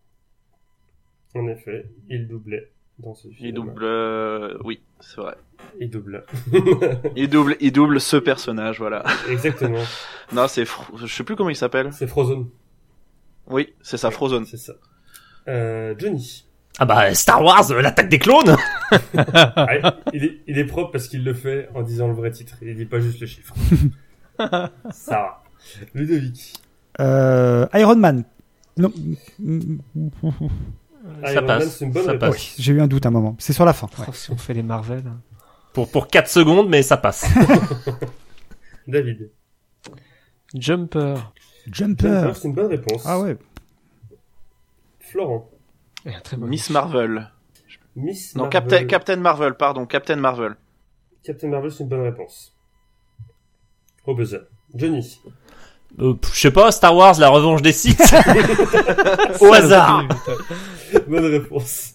En effet, il doublait dans ce film.
Il double. euh, Oui, c'est vrai.
Il double.
Il double, il double ce personnage, voilà.
Exactement.
Non, c'est, Fro- je sais plus comment il s'appelle.
C'est Frozen.
Oui, c'est ça, Frozen.
C'est ça. Euh, Johnny.
Ah bah Star Wars, euh, l'attaque des clones.
Ah, il, est, il est propre parce qu'il le fait en disant le vrai titre. Il dit pas juste le chiffre. ça va. Ludovic.
Euh, Iron Man. Non.
ça
Iron Man,
passe.
c'est une bonne
ça
réponse.
passe.
J'ai eu un doute un moment. C'est sur la fin.
Oh, si on fait les Marvel.
Pour pour 4 secondes, mais ça passe.
David.
Jumper.
Jumper.
Jumper, c'est une bonne réponse.
Ah ouais.
Florent.
Et un très bon.
Miss Marvel.
Miss
Non,
Marvel.
Captain, Captain Marvel, pardon, Captain Marvel.
Captain Marvel, c'est une bonne réponse. Au buzzer. Johnny.
Euh, pff, je sais pas, Star Wars, la revanche des Sith. Au
Ah
hasard.
Bonne réponse.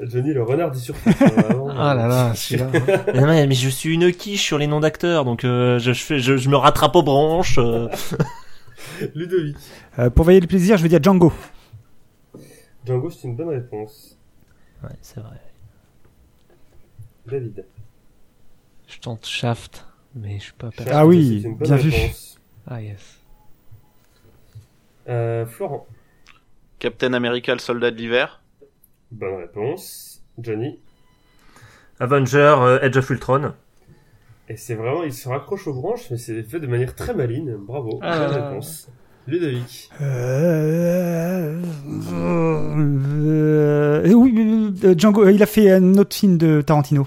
Johnny, le renard des surfaces. hein, vraiment.
Ah là là, celui-là.
mais, non, mais je suis une quiche sur les noms d'acteurs, donc euh, je, je fais, je, je me rattrape aux branches. euh.
Ludovic.
Euh, pour veiller le plaisir, je vais dire Django.
Django, c'est une bonne réponse.
Ouais, c'est vrai.
David.
Je tente Shaft, mais je suis pas perdu.
Ah oui,
C'est une bonne
bien vu.
réponse.
Ah yes.
Euh, Florent.
Captain America, le soldat de l'hiver.
Bonne réponse. Johnny.
Avenger, euh, Edge of Ultron.
Et c'est vraiment, il se raccroche aux branches, mais c'est fait de manière très maligne. Bravo.
Ah.
Bonne réponse. Ludovic.
Euh, euh, euh, oui, euh, Django, euh, il a fait un autre film de Tarantino.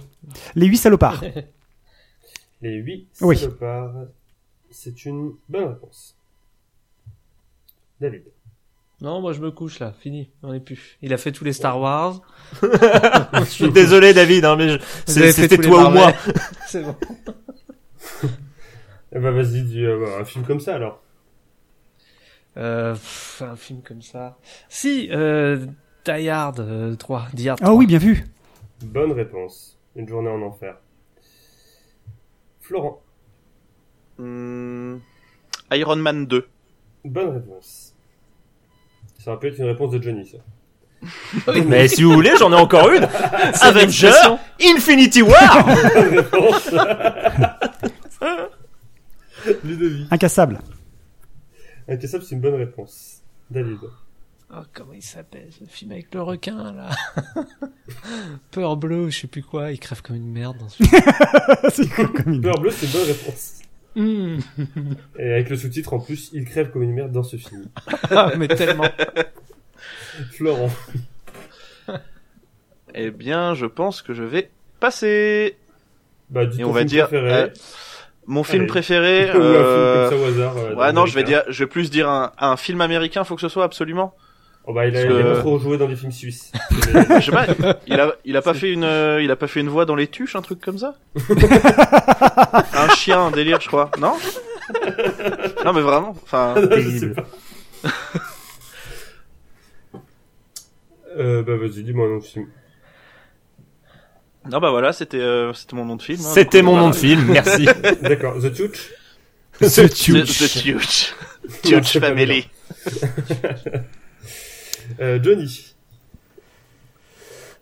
Les huit salopards.
Les 8
Oui.
salopards. C'est une bonne réponse. David.
Non, moi je me couche là, fini, on est plus. Il a fait tous les Star Wars.
Je suis désolé, David, hein, mais je-
Vous avez fait
c'est- c'était
tous les
toi ou moi.
Marvel. C'est bon.
Eh ben vas-y, dis euh, bah, un film comme ça alors.
Euh, pff, un film comme ça. Si, euh, Die Hard euh, 3, Die Hard 3.
Ah oui, bien vu.
Bonne réponse. Une journée en enfer. Florent.
Hmm, Iron Man 2.
Bonne réponse. Ça peut être une réponse de Johnny, ça.
Mais si vous voulez, j'en ai encore une. Avenger, Infinity War.
Bonne réponse. Ludovic.
Incassable.
Incassable, c'est une bonne réponse. David.
Oh, comment il s'appelle ce film avec le requin là Peur bleue, je sais plus quoi, il crève comme une merde dans ce film.
C'est cool comme idée.
Peur bleue, c'est une bonne réponse.
Hmm.
Et avec le sous-titre en plus, il crève comme une merde dans ce film.
Ah, mais tellement.
Florent.
Eh bien, je pense que je vais passer.
Bah, dis
Et
ton
on va
film
dire euh,
préféré.
mon film
Allez.
préféré.
Ou un
euh,
film comme ça au hasard. euh,
Ouais, non, je vais
d'américain.
dire, je vais plus dire un, un film américain. Faut que ce soit absolument.
Oh, bah, il a,
Parce
il a
que-
pas trop joué dans des films suisses. Mais-
Je sais pas. Il a, il a pas fait une, euh, il a pas fait une voix dans les tuches, un truc comme ça. un chien, un délire, je crois. Non. Non, mais vraiment. Enfin,
je sais pas. Euh, bah, vas-y, dis-moi un autre film.
non, bah voilà, c'était, euh, c'était mon nom de film. hein.
C'était
Du coup,
mon nom
voilà.
de film, merci.
D'accord, The Tooch.
The
The,
Tuche.
the Tuche.
Non,
Tuche
c'est pas
Family.
Euh, Johnny.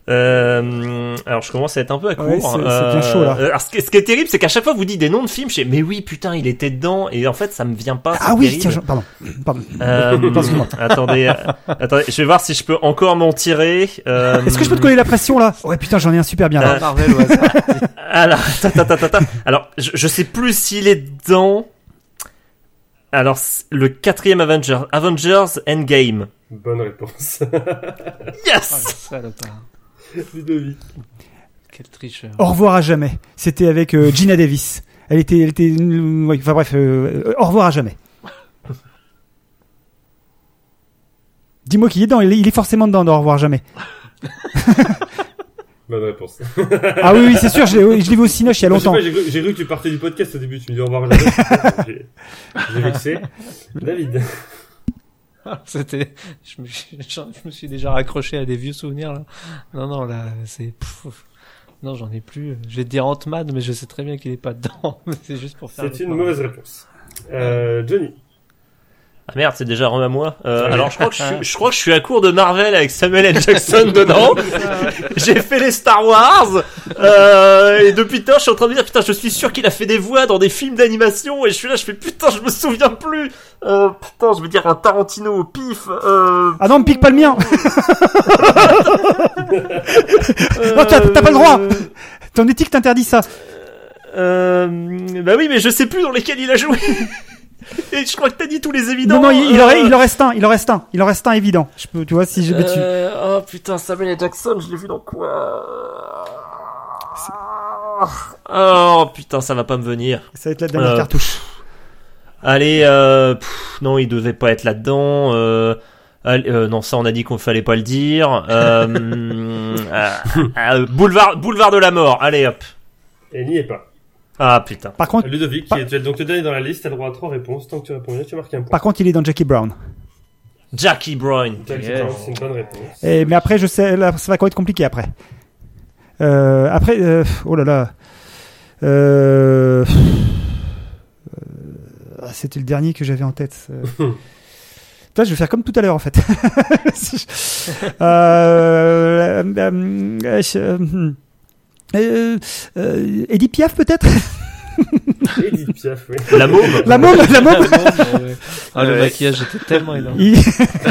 Euh, alors je commence à être un peu à court.
Ouais, c'est- c'est bien chaud, là.
euh, alors, ce, qui, ce qui est terrible, c'est qu'à chaque fois vous dites des noms de films, je sais, mais oui, putain, il était dedans, et en fait, ça me vient pas. c'est
Ah oui,
terrible.
tiens, je- pardon. pardon.
Euh,
Pardon.
attendez, euh, attendez, je vais voir si je peux encore m'en tirer. Euh,
Est-ce que je peux te coller la pression là Ouais, putain, j'en ai un super bien là.
Euh,
Marvel au hasard.
Alors, attends, attends, attends, attends. Alors, je, je sais plus s'il est dedans. Alors, c'est le quatrième Avenger, Avengers Endgame.
Bonne réponse.
Ah, le
Yes.
salopard.
Ludovic.
Quel tricheur.
Au revoir à jamais. C'était avec euh, Gina Davis. Elle était, elle était, ouais, enfin bref, euh, euh, au revoir à jamais. Dis-moi qui est dedans. Il est, il est forcément dedans. Dans au revoir jamais.
Bonne réponse.
Ah oui, oui, c'est sûr. Je l'ai oui, je l'ai vu au Cinoche il y a
Je sais
longtemps.
pas, J'ai cru, j'ai cru que tu partais du podcast au début, tu me dis au revoir. jamais. J'ai j'ai vexé. David.
Ah, C'était, je me, suis... j'en- je me suis déjà raccroché à des vieux souvenirs là. Non, non, là, c'est. pff, Non, j'en ai plus. Je vais te dire Ant-Man, mais je sais très bien qu'il est pas dedans. C'est juste pour faire.
C'est
le
une
point.
mauvaise réponse. Euh, Johnny.
Ah merde, c'est déjà rem à moi. Euh,
Ouais.
alors, je crois, que je, suis- je crois que je suis à court de Marvel avec Samuel L. Jackson dedans. J'ai fait les Star Wars. Euh, et depuis tard, je suis en train de me dire, putain, je suis sûr qu'il a fait des voix dans des films d'animation. Et je suis là, je fais, putain, je me souviens plus. Euh, putain, je veux dire un Tarantino au pif. Euh,
Ah non, me pique pas le mien. Non, Ah, t'as- t'as pas le droit.
euh,
Ton éthique t'interdit ça.
Euh, bah oui, mais je sais plus dans lesquels il a joué. Et je crois que t'as dit tous les évidents.
Non, non, il, il en,
euh,
reste- il en reste un. Il en reste un. Il en reste un évident. Je peux, tu vois, si j'ai battu.
Euh, oh putain, Samuel L. Jackson, je l'ai vu dans quoi Oh putain, ça va pas me venir.
Ça va être la dernière
euh,
cartouche.
Allez, euh, pff, non, il devait pas être là-dedans. Euh, allez, euh, non, ça on a dit qu'on fallait pas le dire. Euh, hum, ah, ah, boulevard, boulevard de la mort. Allez hop.
Et n'y est pas.
Ah putain.
Par contre,
Ludovic,
Pas-
qui est donc euh, le dernier dans la liste, t'as le droit à trois réponses. Tant que tu réponds bien, tu marques un point.
par contre, il est dans Jackie Brown.
Jackie Brown.
Jack
Yeah.
Brown, C'est une bonne réponse.
Et- mais après, je sais, là, ça va quand même être compliqué après. Euh, après, euh, oh là là. Euh, pff, euh, C'était le dernier que j'avais en tête. euh. Putain, je vais faire comme tout à l'heure en fait. Si je- euh, euh, euh, je- euh, euh, euh, Edith Piaf peut-être
Edith Piaf, oui.
La môme.
La môme, la môme.
Ah, le
Ouais.
maquillage était tellement énorme.
Il-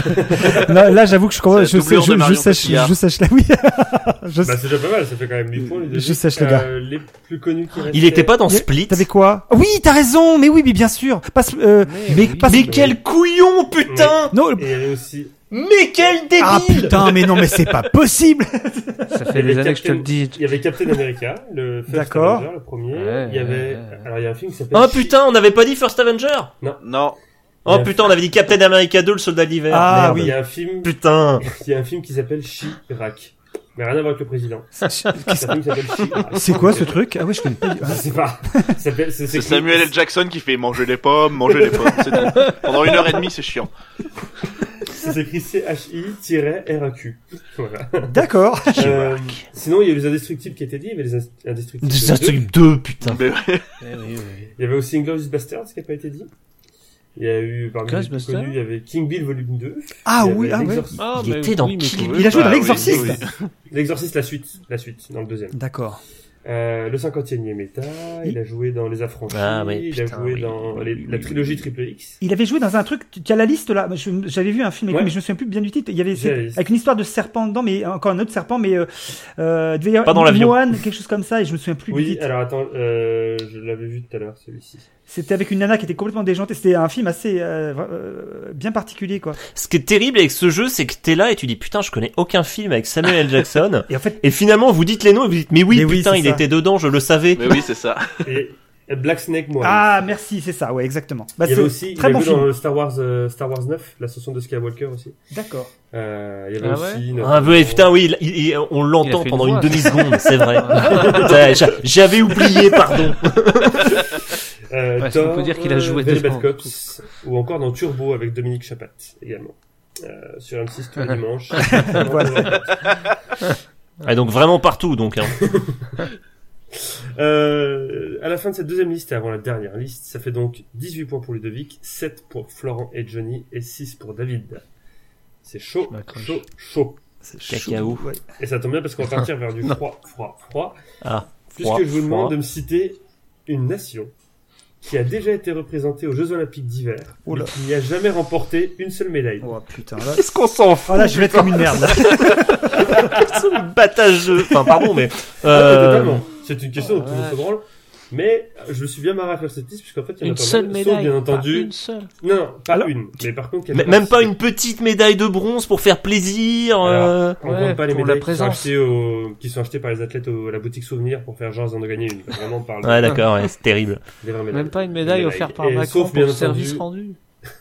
Non, là, j'avoue que je comprends.
la
Je, sais,
doublure de
je, je
Marion
sèche,
Cotillard.
je sèche là, oui. je
Bah, c'est déjà pas mal, ça fait quand même 8 points, Ludovic.
Je sèche, les gars.
Euh, les plus connus qui
Il était pas dans
Il-
Split.
T'avais quoi Oui, t'as raison, mais oui, mais bien sûr. Passe, euh, mais, passe-
Mais quel couillon, putain
non, le-
Et il y avait aussi.
Mais quel débile
ah putain, mais non, mais c'est pas possible.
Ça
Il y
fait des
avait
années que je te le
Captain-
dis.
Il y avait Captain America, le First
D'accord.
Avenger, le premier.
Ouais,
il y avait.
ouais, ouais, ouais.
Alors, il y a un film qui s'appelle.
Oh putain, on n'avait pas dit First Avenger
Non.
Oh
Ouais.
putain, on avait dit Captain America 2, le soldat d'hiver.
Ah,
Merde.
oui. Il
oui.
y a un film,
Putain
il y a un film qui s'appelle Chirac. Mais rien à voir avec le président. C'est un film qui s'appelle Chirac.
Ah, C'est quoi ce truc Ah ouais, je connais pas. du-
Je
ah.
sais pas. Ça s'appelle-
C'est Samuel L. Jackson qui fait manger les pommes, manger les pommes. c'est tout. Pendant une heure et demie, c'est chiant.
C'est écrit C-H-I-R-A-Q. E Voilà.
Ah, D'accord.
Euh, sinon, il y a eu les indestructibles qui étaient dit, il y avait les ins- indestructibles.
C'est
deux.
un truc 2, putain
Mais ouais.
Eh
Il y avait aussi Inglourious Basterds qui n'a pas été dit. Il y a eu, parmi les plus
Ghostbusters
connus, il y avait King Bill volume 2.
Ah
il y avait
oui, ah ouais.
L'Exorciste-
Ah,
Il
mais
était dans
oui, mais
Kill
oui.
Il a joué dans
Ah oui,
l'exorciste.
oui.
L'Exorciste, la suite. La suite, dans le deuxième.
D'accord.
Euh, le 50e est méta, il a joué dans Les Affranchis,
Ah oui,
il a
putain,
joué
oui.
dans
Oui,
les-
oui,
la
oui,
trilogie
oui.
Triple X.
Il avait joué dans un truc. Tu tu as la liste là. Je- J'avais vu un film, avec lui,
Ouais.
mais je me souviens plus bien du titre. Il y avait
J'ai la
c'est-
liste.
avec une histoire de serpent dedans, mais encore un autre serpent, mais euh, euh, il devait y avoir
Pas dans l'avion.
Mohan, quelque chose comme ça, et je me souviens plus du
Oui,
titre.
alors attends, euh, je l'avais vu tout à l'heure, celui-ci.
C'était avec une nana qui était complètement déjantée. C'était un film assez euh, euh, bien particulier, quoi.
Ce qui est terrible avec ce jeu, c'est que t'es là et tu dis putain, je connais aucun film avec Samuel L. Jackson.
Et en fait,
Et finalement, vous dites les noms et vous dites mais oui,
Mais oui,
putain,
c'est
il
ça.
était dedans, je le savais.
Mais oui, c'est ça.
Et et Black Snake, moi.
ah merci, c'est ça. Ouais, exactement. Bah,
il y
c'est
avait aussi, il
très
a
bon
joué dans
film.
le Star Wars, euh, Star Wars 9, l'ascension de Skywalker aussi.
D'accord.
Euh, il y avait
Ah
aussi... une-
Ah ouais, putain, oui, il- il- il- on
Il a
l'entend
fait
pendant
une
une
voix.
demi-seconde, c'est vrai. Putain, j'a- J'avais oublié, pardon.
Euh,
Ouais, ça, on peut dire qu'il a
euh,
joué
Very
dedans.
Bad Cops, ou encore dans Turbo avec Dominique Chapat également. Euh, sur M6 tous les dimanches.
Voilà.
Et donc vraiment partout, donc. hein.
Euh, à la fin de cette deuxième liste et avant la dernière liste, ça fait donc 18 points pour Ludovic, 7 pour Florent et Johnny et 6 pour David. C'est chaud,
Je m'accroche.
chaud, chaud.
C'est
Cacao.
chaud, ouais.
Et ça tombe bien parce qu'on va partir vers du froid, froid, froid.
Ah,
Puisque
froid,
je vous demande
froid.
de me citer une nation qui a déjà été représentée aux Jeux Olympiques d'hiver,
Oh là.
mais qui n'y a jamais remporté une seule médaille.
Oh putain, là.
Qu'est-ce qu'on s'en fout
Ah là, je vais être comme une merde. là.
ce battage de- Enfin, pardon, mais...
Ah,
euh,
totalement. C'est une question dont tout le monde se branle. Mais euh, je me suis bien marré à faire cette liste puisqu'en fait il y en a
Une
pas
seule
mal, sauf,
médaille.
bien
pas
entendu.
Une seule.
Non, non, pas
Alors,
une. Mais par contre, il y en a
m- même pas
six.
une petite médaille de bronze pour faire plaisir. euh,
On
Ouais,
compte pas les médailles
pour la
qui sont,
présence.
achetées au- qui sont achetées par les athlètes au- à la boutique souvenir pour faire genre d'en gagner une. Vraiment, on parle
Ouais, d'accord, ouais, c'est terrible.
des vraies médailles.
Même pas une médaille
Une
offerte par
médaille. Et
Macron
sauf,
pour
bien
le service
entendu,
rendu.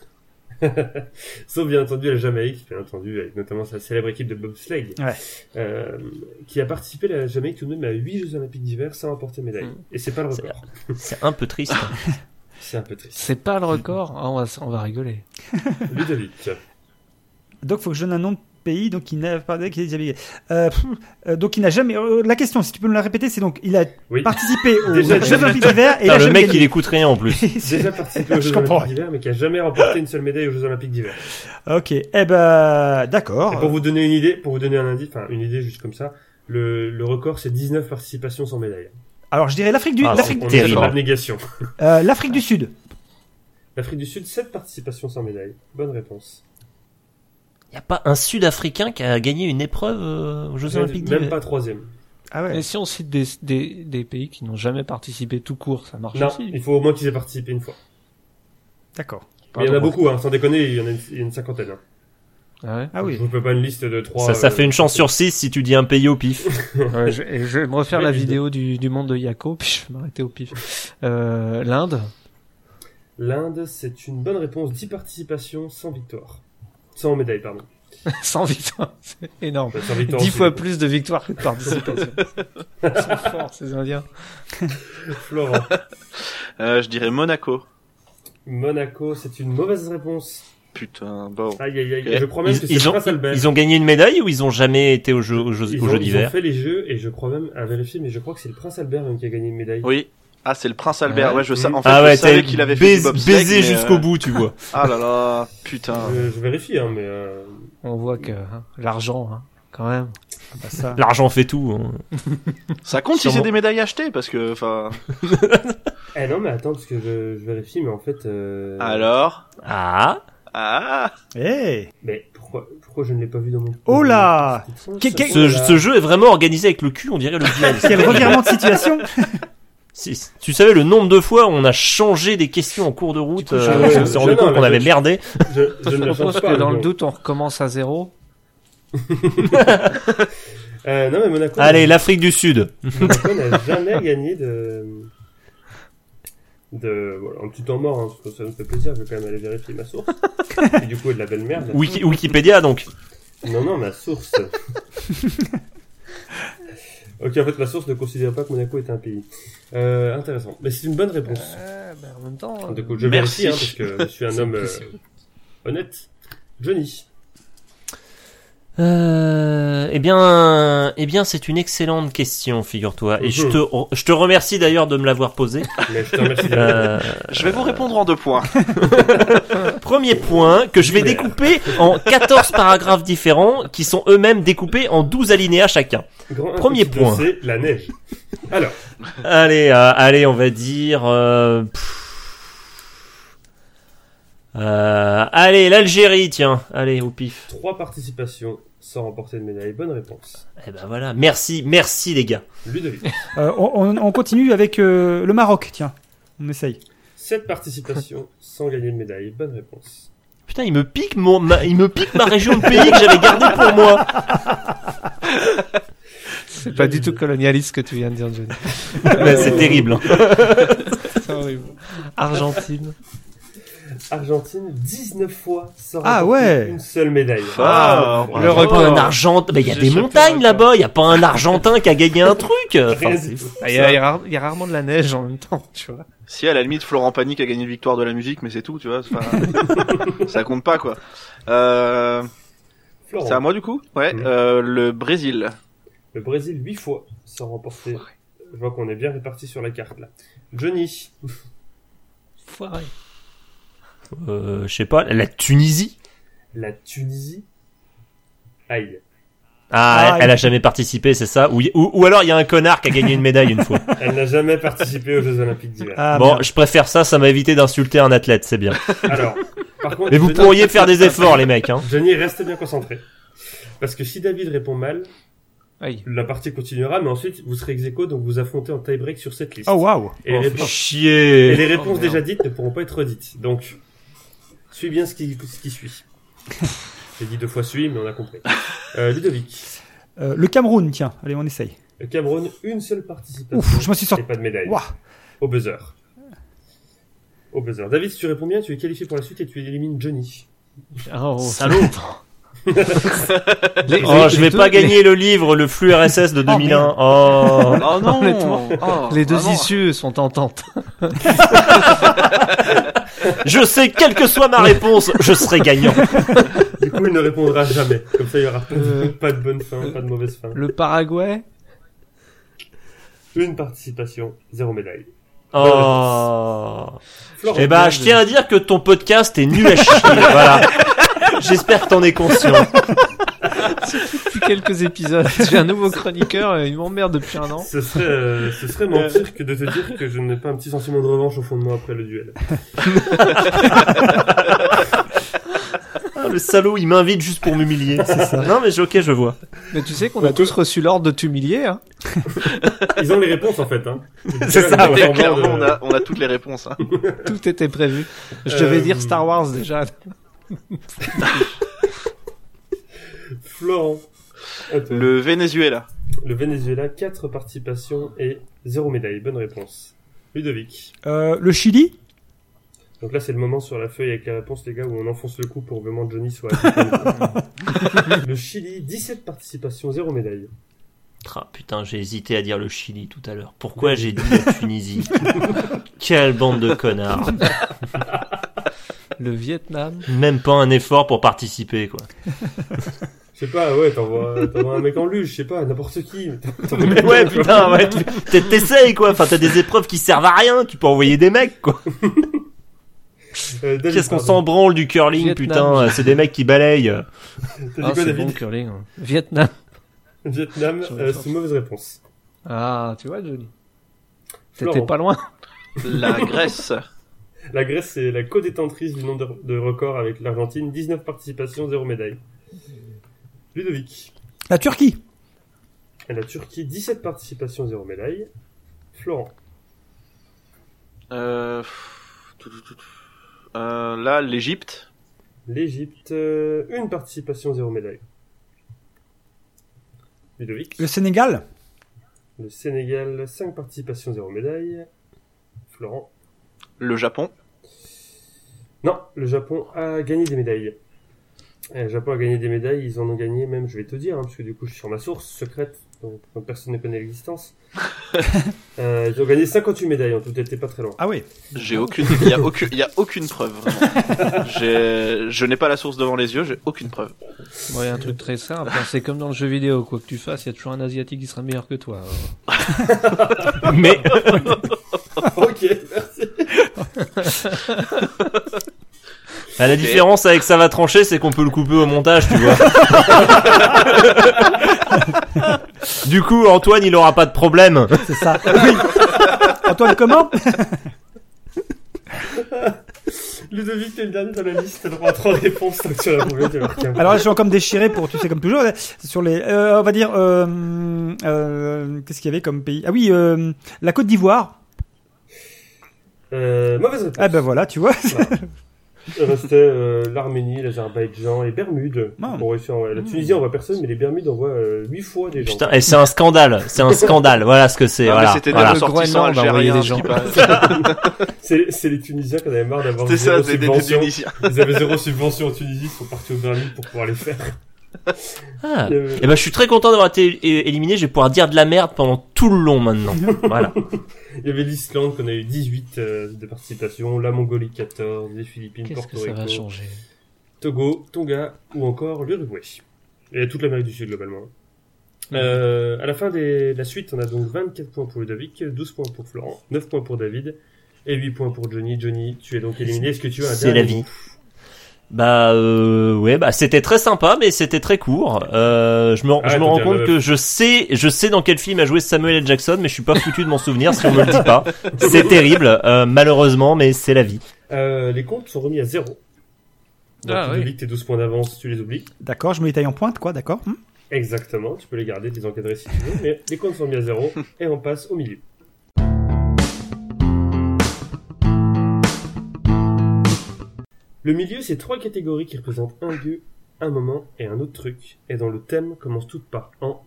Sauf bien entendu la Jamaïque, bien entendu, avec notamment sa célèbre équipe de bobsleigh,
Ouais.
euh, qui a participé la Jamaïque tout de même à 8 Jeux Olympiques d'hiver sans remporter médaille.
Mm.
Et c'est pas le
C'est-
record.
C'est un peu triste.
C'est un peu triste.
C'est pas le record. Ah, on, va, on va rigoler.
Ludovic.
Donc, faut que je donne un nom de pays donc il n'a pas qui est diabétique. Euh, pff, euh, donc il n'a jamais euh, la question si tu peux me la répéter c'est donc il a
Oui.
participé aux
Déjà,
Jeux Olympiques d'hiver et il
Putain,
a
le
jamais
mec, il
gagné.
écoute rien en plus.
Déjà participé aux
Je
Jeux
comprends.
Olympiques d'hiver, mais qui a jamais remporté une seule médaille aux Jeux Olympiques d'hiver.
OK. Eh ben
Oh.
Et pour
d'accord.
vous donner une idée, pour vous donner un indice, enfin une idée juste comme ça, le, le record c'est 19 participations sans médaille.
Alors je dirais l'Afrique du
Ah,
l'Afrique
On
c'est
est
terrible.
sur l'abnégation.
euh, l'Afrique du Sud.
L'Afrique du Sud, 7 participations sans médaille. Bonne réponse.
Y a pas un Sud-Africain qui a gagné une épreuve euh, aux Jeux
Même,
Olympiques
même
d'hiver
pas troisième.
Ah
Et si on cite des, des, des pays qui n'ont jamais participé tout court, ça marche
Non,
aussi.
il faut au moins qu'ils aient participé une fois.
D'accord.
Mais il y en
Pardon.
a beaucoup, hein, sans déconner, il y en a une, il y en a une cinquantaine. hein.
Ah ouais
Ah
Je
oui.
vous fais pas une liste de trois.
Ça, ça
euh,
fait une chance sur six si tu dis un pays au pif.
Ouais, je, et je vais me refaire
Ouais,
la
l'idée.
vidéo du, du monde de Yako, puis je vais m'arrêter au pif. Euh, L'Inde,
L'Inde, c'est une bonne réponse. 10 participations sans victoire. Sans médaille, pardon.
100 victoires, c'est énorme.
Sur Victor,
10
c'est
fois
beaucoup.
plus de victoires que de participation. Ils sont forts, ces Indiens.
Florent.
Euh, je dirais Monaco.
Monaco, c'est une mauvaise réponse.
Putain, bon.
Aïe, aïe, aïe.
Eh,
Je crois même
ils-
que
ils
c'est
ont-
Prince Albert.
Ils ont gagné une médaille ou ils ont jamais été aux Jeux, aux jeux,
Ils
aux
ont-
jeux
ils ont
d'hiver
fait les jeux et je crois même à vérifier, mais je crois que c'est le Prince Albert même qui a gagné une médaille.
Oui. Ah, c'est le prince Albert.
Ouais.
Ouais, je sais. En fait,
Ah ouais,
je savais
t'es
qu'il avait fait du
bais-
bobsleigh,
baisé
mais,
jusqu'au
euh,
bout, tu vois.
Ah là là, putain.
Je, je vérifie, hein, mais euh,
On voit que hein, l'argent, hein, quand même.
Bah, ça.
L'argent fait tout. hein.
Ça compte si
Sûrement.
c'est des médailles achetées, parce que, enfin.
Eh non, mais attends, parce que je, je vérifie, mais en fait. euh,
Alors.
Ah
Ah.
Hey
Mais pourquoi, pourquoi je ne l'ai pas vu dans mon.
Oh là Qu'est- qu'est-
ce, ce jeu est vraiment organisé avec le cul, on dirait le diable.
Quel revirement de situation
Si- si tu savais le nombre de fois où on a changé des questions en cours de route,
Du coup,
euh,
je-
on
je-
s'est rendu
non,
compte qu'on
là,
avait
je-
merdé.
Je, je
Je
ne la change pas.
propose que dans
mais
le
bon.
doute, on recommence à zéro.
Euh, non, mais Monaco.
Allez, l'Afrique du Sud.
Monaco n'a jamais gagné de. De, voilà, un petit temps mort, hein, parce que ça me fait plaisir, je vais quand même aller vérifier ma source. Et du coup, elle de la belle merde.
Wiki- Wikipédia, donc.
Non, non, ma source. ok, en fait, ma source ne considère pas que Monaco est un pays. Euh, intéressant. Mais c'est une bonne réponse.
Euh, ben, en même temps,
Du coup, je
Merci.
vérifie, hein, parce que je suis un homme euh, honnête. Johnny.
Euh, eh bien, eh bien, c'est une excellente question, figure-toi. Et je te, re- je te remercie d'ailleurs de me l'avoir posée.
Mais je te remercie.
Euh,
Je vais vous répondre en deux points.
premier point que je vais découper en 14 paragraphes différents qui sont eux-mêmes découpés en 12 alinéas chacun.
Grand
Premier
petit
point.
C'est la neige. Alors,
Allez, euh, allez, on va dire. euh, pff. Euh, allez, l'Algérie, tiens. Allez, au pif.
trois participations sans remporter de médaille. Bonne réponse.
Eh ben voilà. Merci, merci les gars.
Ludovic.
Euh, on, on- on continue avec euh, le Maroc, tiens. On essaye.
Sept participations sans gagner de médaille. Bonne réponse.
Putain, il me pique mon, ma, il me pique ma région de pays que j'avais gardée pour moi.
c'est pas du tout colonialiste ce que tu viens de dire, Johnny.
Mais c'est terrible. hein.
C'est horrible. Argentine.
Argentine, 19 fois sans
Ah
remporter
ouais.
une seule médaille.
Ah,
le
Il y a pas
record.
un Argent- mais il y a
J'ai
des
chopé
montagnes
le
là-bas, il y a pas un Argentin qui a gagné un truc. Enfin,
Rien
c'est
du tout.
Ah, Il y, a- il y a rare- il y a rarement de la neige en même temps, tu vois.
Si à la limite Florent Panic a gagné une victoire de la musique, mais c'est tout, tu vois. c'est pas- ça compte pas quoi. Euh,
Florent,
c'est à moi du coup. Ouais.
Mhm.
euh, le Brésil.
le Brésil, 8 fois sans remporter. Je vois qu'on est bien répartis sur la carte là. Johnny,
Foiré.
euh, je sais pas, la Tunisie.
la Tunisie. Aïe.
Ah,
Ah,
elle, elle a jamais participé, c'est ça. Ou, y- ou, ou alors il y a un connard qui a gagné une médaille une fois.
Elle n'a jamais participé aux Jeux Olympiques d'hiver.
Ah,
bon,
merde.
je préfère ça, ça m'a évité d'insulter un athlète, c'est bien.
Alors, par contre,
Mais vous
Johnny-
pourriez faire des efforts, les mecs. Hein.
Johnny, reste bien concentré. Parce que si David répond mal,
Aïe.
la partie continuera, mais ensuite vous serez ex aequo, donc vous affrontez en tie-break sur cette liste.
Ah
Oh waouh
et, les
Oh,
réponses, et
Chier.
les réponses
merde.
déjà dites ne pourront pas être redites. Donc, suis bien ce qui, ce qui suit. J'ai dit deux fois suis, mais on a compris. Euh, Ludovic,
Euh, Le Cameroun, tiens. Allez, on essaye.
le Cameroun, une seule participation.
Ouf, je me suis sorti.
Et pas de médaille.
Waouh
Au buzzer. Au buzzer. David, si tu réponds bien, tu es qualifié pour la suite et tu élimines Johnny.
Oh,
Salaud.
Les-
Oh,
les-
je
les
vais
deux-
pas gagner le livre, le flux RSS de 2001. Oh.
Oh non.
Honnêtement.
Oh,
Les, les deux
vraiment.
issues sont tentantes.
Je sais, quelle que soit ma réponse, je serai gagnant.
Du coup, il ne répondra jamais. Comme ça, il n'y aura pas de,
Euh.
pas de bonne fin, pas de mauvaise fin.
Le Paraguay.
Une participation, zéro médaille.
Oh.
Florent,
Eh ben, je tiens à dire que ton podcast est nul à chier. voilà. J'espère que t'en es conscient.
Depuis quelques épisodes, j'ai un nouveau chroniqueur et il m'emmerde depuis un an.
ce serait, euh, ce serait mentir que de te dire que je n'ai pas un petit sentiment de revanche au fond de moi après le duel.
Ah, le salaud, il m'invite juste pour m'humilier. C'est ça. Non, mais je- ok, je vois.
Mais tu sais qu'on
Bah,
a tous reçu l'ordre de t'humilier. Hein.
Ils ont les réponses en fait. Hein.
C'est ça,
Ils ont
Et
semblant
Ah, clairement,
euh.
de-
on a, on a toutes les réponses. hein.
Tout était prévu. Je devais
Euh,
dire Star Wars déjà.
Florent. Attends.
Le Venezuela.
Le Venezuela, 4 participations et 0 médaille. Bonne réponse. Ludovic.
Euh, Le Chili
Donc là, c'est le moment sur la feuille avec les réponses, les gars, où on enfonce le coup pour vraiment que Johnny soit. acquitté. le Chili, 17 participations, 0 médaille.
Ah, putain, j'ai hésité à dire le Chili tout à l'heure. Pourquoi j'ai dit la Tunisie Quelle bande de connards
Le Vietnam.
Même pas un effort pour participer, quoi.
Je sais pas, ouais, t'envoies t'envoies un mec en luge, je sais pas, n'importe qui.
Mais ouais, putain, ouais, tu- t'es- t'essayes, quoi. Enfin, t'as des épreuves qui servent à rien. Tu peux envoyer des mecs, quoi.
Euh, David,
Qu'est-ce qu'on
pardon.
s'en branle du curling,
Vietnam.
putain Euh, C'est des mecs qui balayent. Euh,
T'as dit
Ah,
quoi,
c'est
David
bon, curling. hein. Vietnam.
Vietnam,
Sur les
euh,
forces.
c'est une mauvaise réponse.
Ah, tu vois, Johnny. T'étais
Florent.
pas loin.
La Grèce.
La Grèce, c'est la co-détentrice du nombre de, de records avec l'Argentine. 19 participations, 0 médaille. Ludovic.
La Turquie.
Et la Turquie, 17 participations, 0 médaille. Florent.
Euh, pff, tout, tout, tout, tout. Euh, là, l'Égypte.
L'Égypte, euh, une participation, 0 médaille. Ludovic.
Le Sénégal.
Le Sénégal, 5 participations, 0 médaille. Florent.
Le Japon.
Non, le Japon a gagné des médailles. Euh, Le Japon a gagné des médailles, ils en ont gagné même, je vais te dire, hein, parce que du coup je suis sur ma source secrète, donc, donc personne ne connaît l'existence. Euh, ils ont gagné 58 médailles en tout, t'étais pas très loin.
Ah oui.
J'ai aucune, il y a aucune, il y a aucune preuve. vraiment. J'ai- je n'ai pas la source devant les yeux, j'ai aucune preuve.
Bon, il y a un truc très simple. hein. C'est comme dans le jeu vidéo. Quoi que tu fasses, il y a toujours un Asiatique qui sera meilleur que toi. hein.
Mais
ok, merci.
Ah, la différence avec ça va trancher, c'est qu'on peut le couper au montage, tu vois. du coup, Antoine, il aura pas de problème.
C'est ça. Oui. Antoine, comment
Ludovic, t'es le dernier dans la liste, t'as le droit à 3 réponses, tant que tu l'as trouvé, tu le retiens.
Alors là, je suis encore déchiré pour, tu sais, comme toujours. hein, Sur les, euh, on va dire, euh, euh, qu'est-ce qu'il y avait comme pays Ah oui, euh, la Côte d'Ivoire.
Euh, mauvaise réponse.
Ah ben voilà, tu vois.
Il restait euh, l'Arménie, l'Azerbaïdjan, les Bermudes.
Non.
Pour réussir à envoyer- euh, La
Hmm.
Tunisie, on voit personne, mais les Bermudes, on voit 8 fois des gens.
Putain, et c'est un scandale. C'est un scandale. Voilà ce que c'est.
Non, mais
Voilà.
C'était des
Voilà.
Le
ressortissants
Groenland, bah, envoyez
algériens.
des
ce qui
gens.
paraît.
C'est c'est les Tunisiens qu'on avait marre d'avoir
C'est ça,
zéro
des, des- des
subvention.
Tunisiens.
Ils avaient zéro subvention en Tunisie, ils sont partis au Berlin pour pouvoir les faire.
Ah.
Euh,
Eh ben, je suis très content d'avoir été é- éliminé. Je vais pouvoir dire de la merde pendant tout le long maintenant. Voilà.
Il y avait l'Islande qu'on a eu 18 euh, de participation, la Mongolie 14, les Philippines,
Qu'est-ce que
Porto
ça va
Rico,
changer
Togo, Tonga ou encore l'Uruguay. Et toute l'Amérique du Sud globalement.
Mhm.
Euh, à la fin des- de la suite, on a donc 24 points pour Ludovic, 12 points pour Florent, 9 points pour David et 8 points pour Johnny. Johnny, tu es donc éliminé. Est-ce que tu as un
C'est la
dernier
vie.
mot
Bah euh, ouais, bah c'était très sympa, mais c'était très court. Euh, je me,
Ah,
je me
t'as
rends
bien
compte
le-
que je sais, je sais dans quel film a joué Samuel L. Jackson, mais je suis pas foutu de m'en souvenir si on me le dit pas. C'est terrible, euh, malheureusement, mais c'est la vie.
Euh, les comptes sont remis à zéro. Donc
Ah, oui.
Ludovic, tes 12 points d'avance, tu les oublies.
D'accord, je me les taille en pointe, quoi, d'accord. Hmm.
Exactement, tu peux les garder, les encadrer si tu veux, mais les comptes sont mis à zéro et on passe au milieu. Le milieu, c'est trois catégories qui représentent un lieu, un moment et un autre truc, et dont le thème commence toutes par en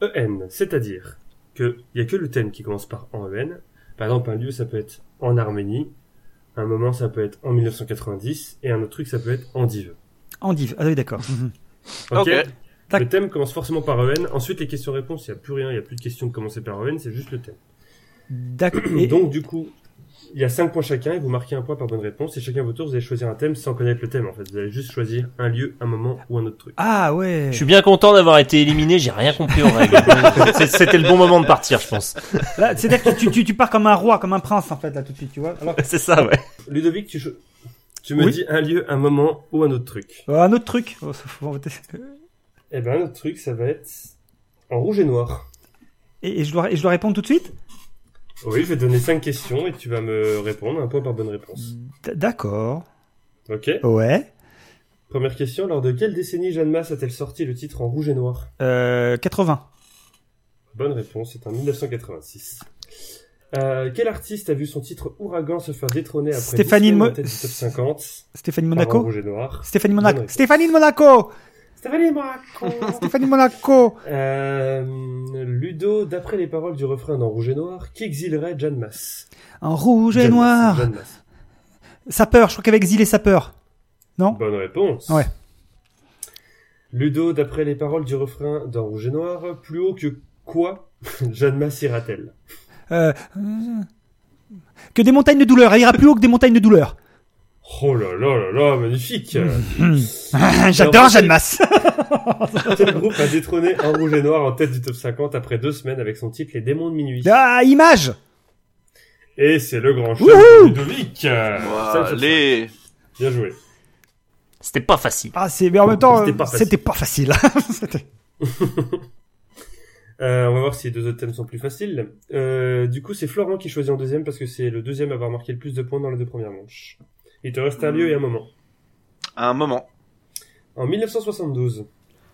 EN, c'est-à-dire qu'il n'y a que le thème qui commence par en EN. Par exemple, un lieu, ça peut être en Arménie, un moment, ça peut être en 1990, et un autre truc, ça peut être en div.
Andive. Ah oui, d'accord. Mhm.
Ok.
Ok.
Tac.
Le thème commence forcément par EN. Ensuite, les questions-réponses, il n'y a plus rien, il n'y a plus de questions de commencer par EN, c'est juste le thème.
D'accord.
Et
Et-
donc, du coup, il y a 5 points chacun et vous marquez un point par bonne réponse. Et chacun à votre tour, vous allez choisir un thème sans connaître le thème en fait. Vous allez juste choisir un lieu, un moment ou un autre truc.
Ah ouais.
Je suis bien content d'avoir été éliminé, j'ai rien compris aux règles. C'est- C'était le bon moment de partir, je pense.
Là, c'est-à-dire que tu, tu, tu pars comme un roi, comme un prince, en fait, là, tout de suite, tu vois. Alors-
C'est ça, ouais.
Ludovic, tu, cho- tu me
Oui.
dis un lieu, un moment ou un autre truc.
Euh, un autre truc. Oh, ça, faut en voter.
Et ben, un autre truc, ça va être en rouge et noir.
Et, et je dois, et je dois répondre tout de suite
Oui, je vais te donner 5 questions et tu vas me répondre un point par bonne réponse.
D- D'accord.
Ok
Ouais.
Première question, lors de quelle décennie Jeanne Masse a-t-elle sorti le titre en rouge et noir
Euh, 80.
Bonne réponse, c'est en 1986. Euh, quel artiste a vu son titre Ouragan se faire détrôner après
Stéphanie
10 semaines en
Mo-
tête du top 50
Stéphanie
par en
Monaco
Rouge et Noir.
Stéphanie
Bonne
Monaco.
réponse.
Stéphanie de Monaco
Stéphanie Monaco
Stéphanie de Monaco
euh, Ludo, d'après les paroles du refrain dans Rouge et Noir, qui exilerait Jeanne Masse
En rouge et
Jeanne Masse,
noir.
Jeanne Masse.
Sapeur, je crois qu'il avait exilé Sapeur. Non
Bonne réponse.
Ouais.
Ludo, d'après les paroles du refrain dans Rouge et Noir, plus haut que quoi Jeanne Masse ira-t-elle
Euh, euh, que des montagnes de douleur. Elle ira plus haut que des montagnes de douleur.
Oh là là là là, magnifique Ah,
J'adore Jeanne Masse.
Quel groupe a détrôné un Rouge et Noir en tête du top 50 après deux semaines avec son titre Les Démons de Minuit
ah, image
Et c'est le grand chef de
Wouhou
Ludovic euh, cinq sur
Allez
cinq. Bien joué.
C'était pas facile.
Ah, c'est, mais en même temps,
C'était pas
euh,
facile.
c'était pas facile. C'était-
Euh, on va voir si les deux autres thèmes sont plus faciles. Euh, du coup, c'est Florent qui choisit en deuxième parce que c'est le deuxième à avoir marqué le plus de points dans les deux premières manches. Il te reste un lieu et un moment.
À un moment.
En 1972,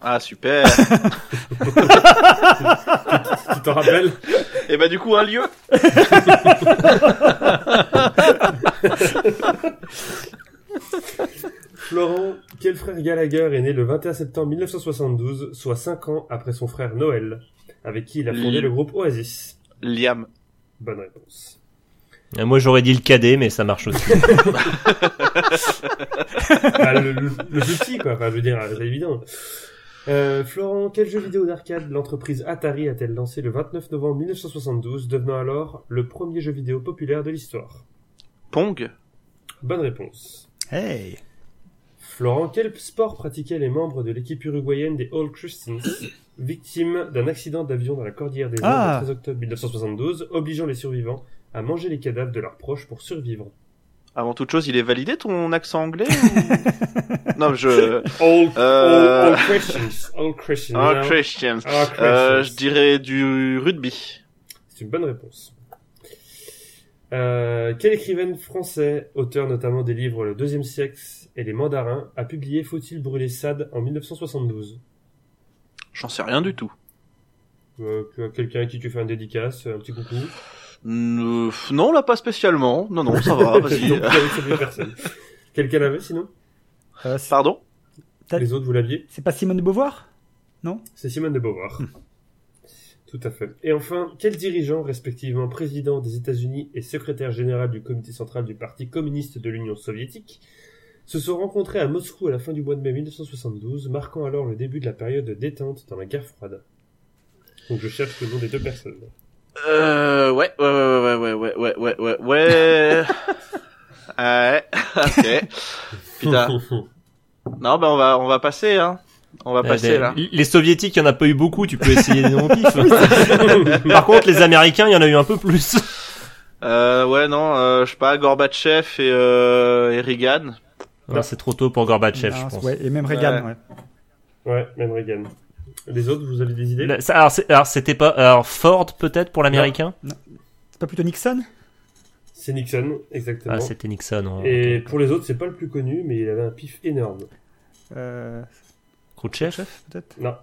Ah super
tu t'en rappelles
Et bah du coup un lieu
Florent, quel frère Gallagher est né le 21 septembre 1972, soit 5 ans après son frère Noël, avec qui il a fondé
Li-
le groupe Oasis
Liam.
Bonne réponse.
Euh, Moi j'aurais dit le cadet, mais ça marche aussi.
Bah, le, le- le plus petit, quoi. Enfin, je veux dire, c'est évident. Euh, Florent, quel jeu vidéo d'arcade l'entreprise Atari a-t-elle lancé le 29 novembre 1972, devenant alors le premier jeu vidéo populaire de l'histoire
Pong
Bonne réponse.
Hey.
Florent, quel sport pratiquaient les membres de l'équipe uruguayenne des All Christians, victimes d'un accident d'avion dans la cordillère des Andes
Ah.
le 13 octobre 1972, obligeant les survivants à manger les cadavres de leurs proches pour survivre
Avant toute chose, il est validé ton accent anglais ou- Non, je...
All,
Euh.
all- all Christians. All Christians.
Ah,
you know.
Christian.
All Christians.
Euh, je dirais du rugby.
C'est une bonne réponse. Euh, quel écrivaine français, auteur notamment des livres Le Deuxième Sexe et Les Mandarins, a publié Faut-il brûler Sade en 1972
J'en sais rien du tout.
Euh, que- Quelqu'un à qui tu fais un dédicace, un petit coucou
Euh, pff, Non, là, pas spécialement. Non, non, ça va, Ah, vas-y.
Donc, ça fait personne. Quelqu'un l'avait sinon
Euh, c'est-
Pardon
T'as-
Les autres, vous l'aviez
c'est pas Simone de Beauvoir
C'est Simone de Beauvoir.
Hmm.
Tout à fait. Et enfin, quel dirigeant, respectivement président des États-Unis et secrétaire général du comité central du Parti communiste de l'Union soviétique, se sont rencontrés à Moscou à la fin du mois de mai 1972, marquant alors le début de la période de détente dans la guerre froide. Donc je cherche le nom des deux personnes.
Euh, ouais, ouais, ouais, ouais, ouais, ouais, ouais, ouais, ouais, ouais. ouais, ok. Putain. Non, bah, on va, on va passer, hein. On va
Euh, des-
passer, là.
Les soviétiques, il y en a pas eu beaucoup, tu peux essayer des noms au pif. Par contre, les américains, il y en a eu un peu plus.
Euh, ouais, non, euh, je sais pas, Gorbatchev et, euh, et Reagan.
Non, c'est trop tôt pour Gorbatchev,
Non,
je pense.
ouais, et même Reagan, ouais.
ouais, même Reagan. Les autres, vous avez des idées
Là, ça- alors, c'est- alors, c'était pas alors Ford peut-être pour l'américain
C'est pas plutôt Nixon
C'est Nixon, exactement.
Ah, c'était Nixon. ouais.
et pour les autres, c'est pas le plus connu, mais il avait un pif énorme.
euh,
Khrouchtchev
Peut-être.
Non.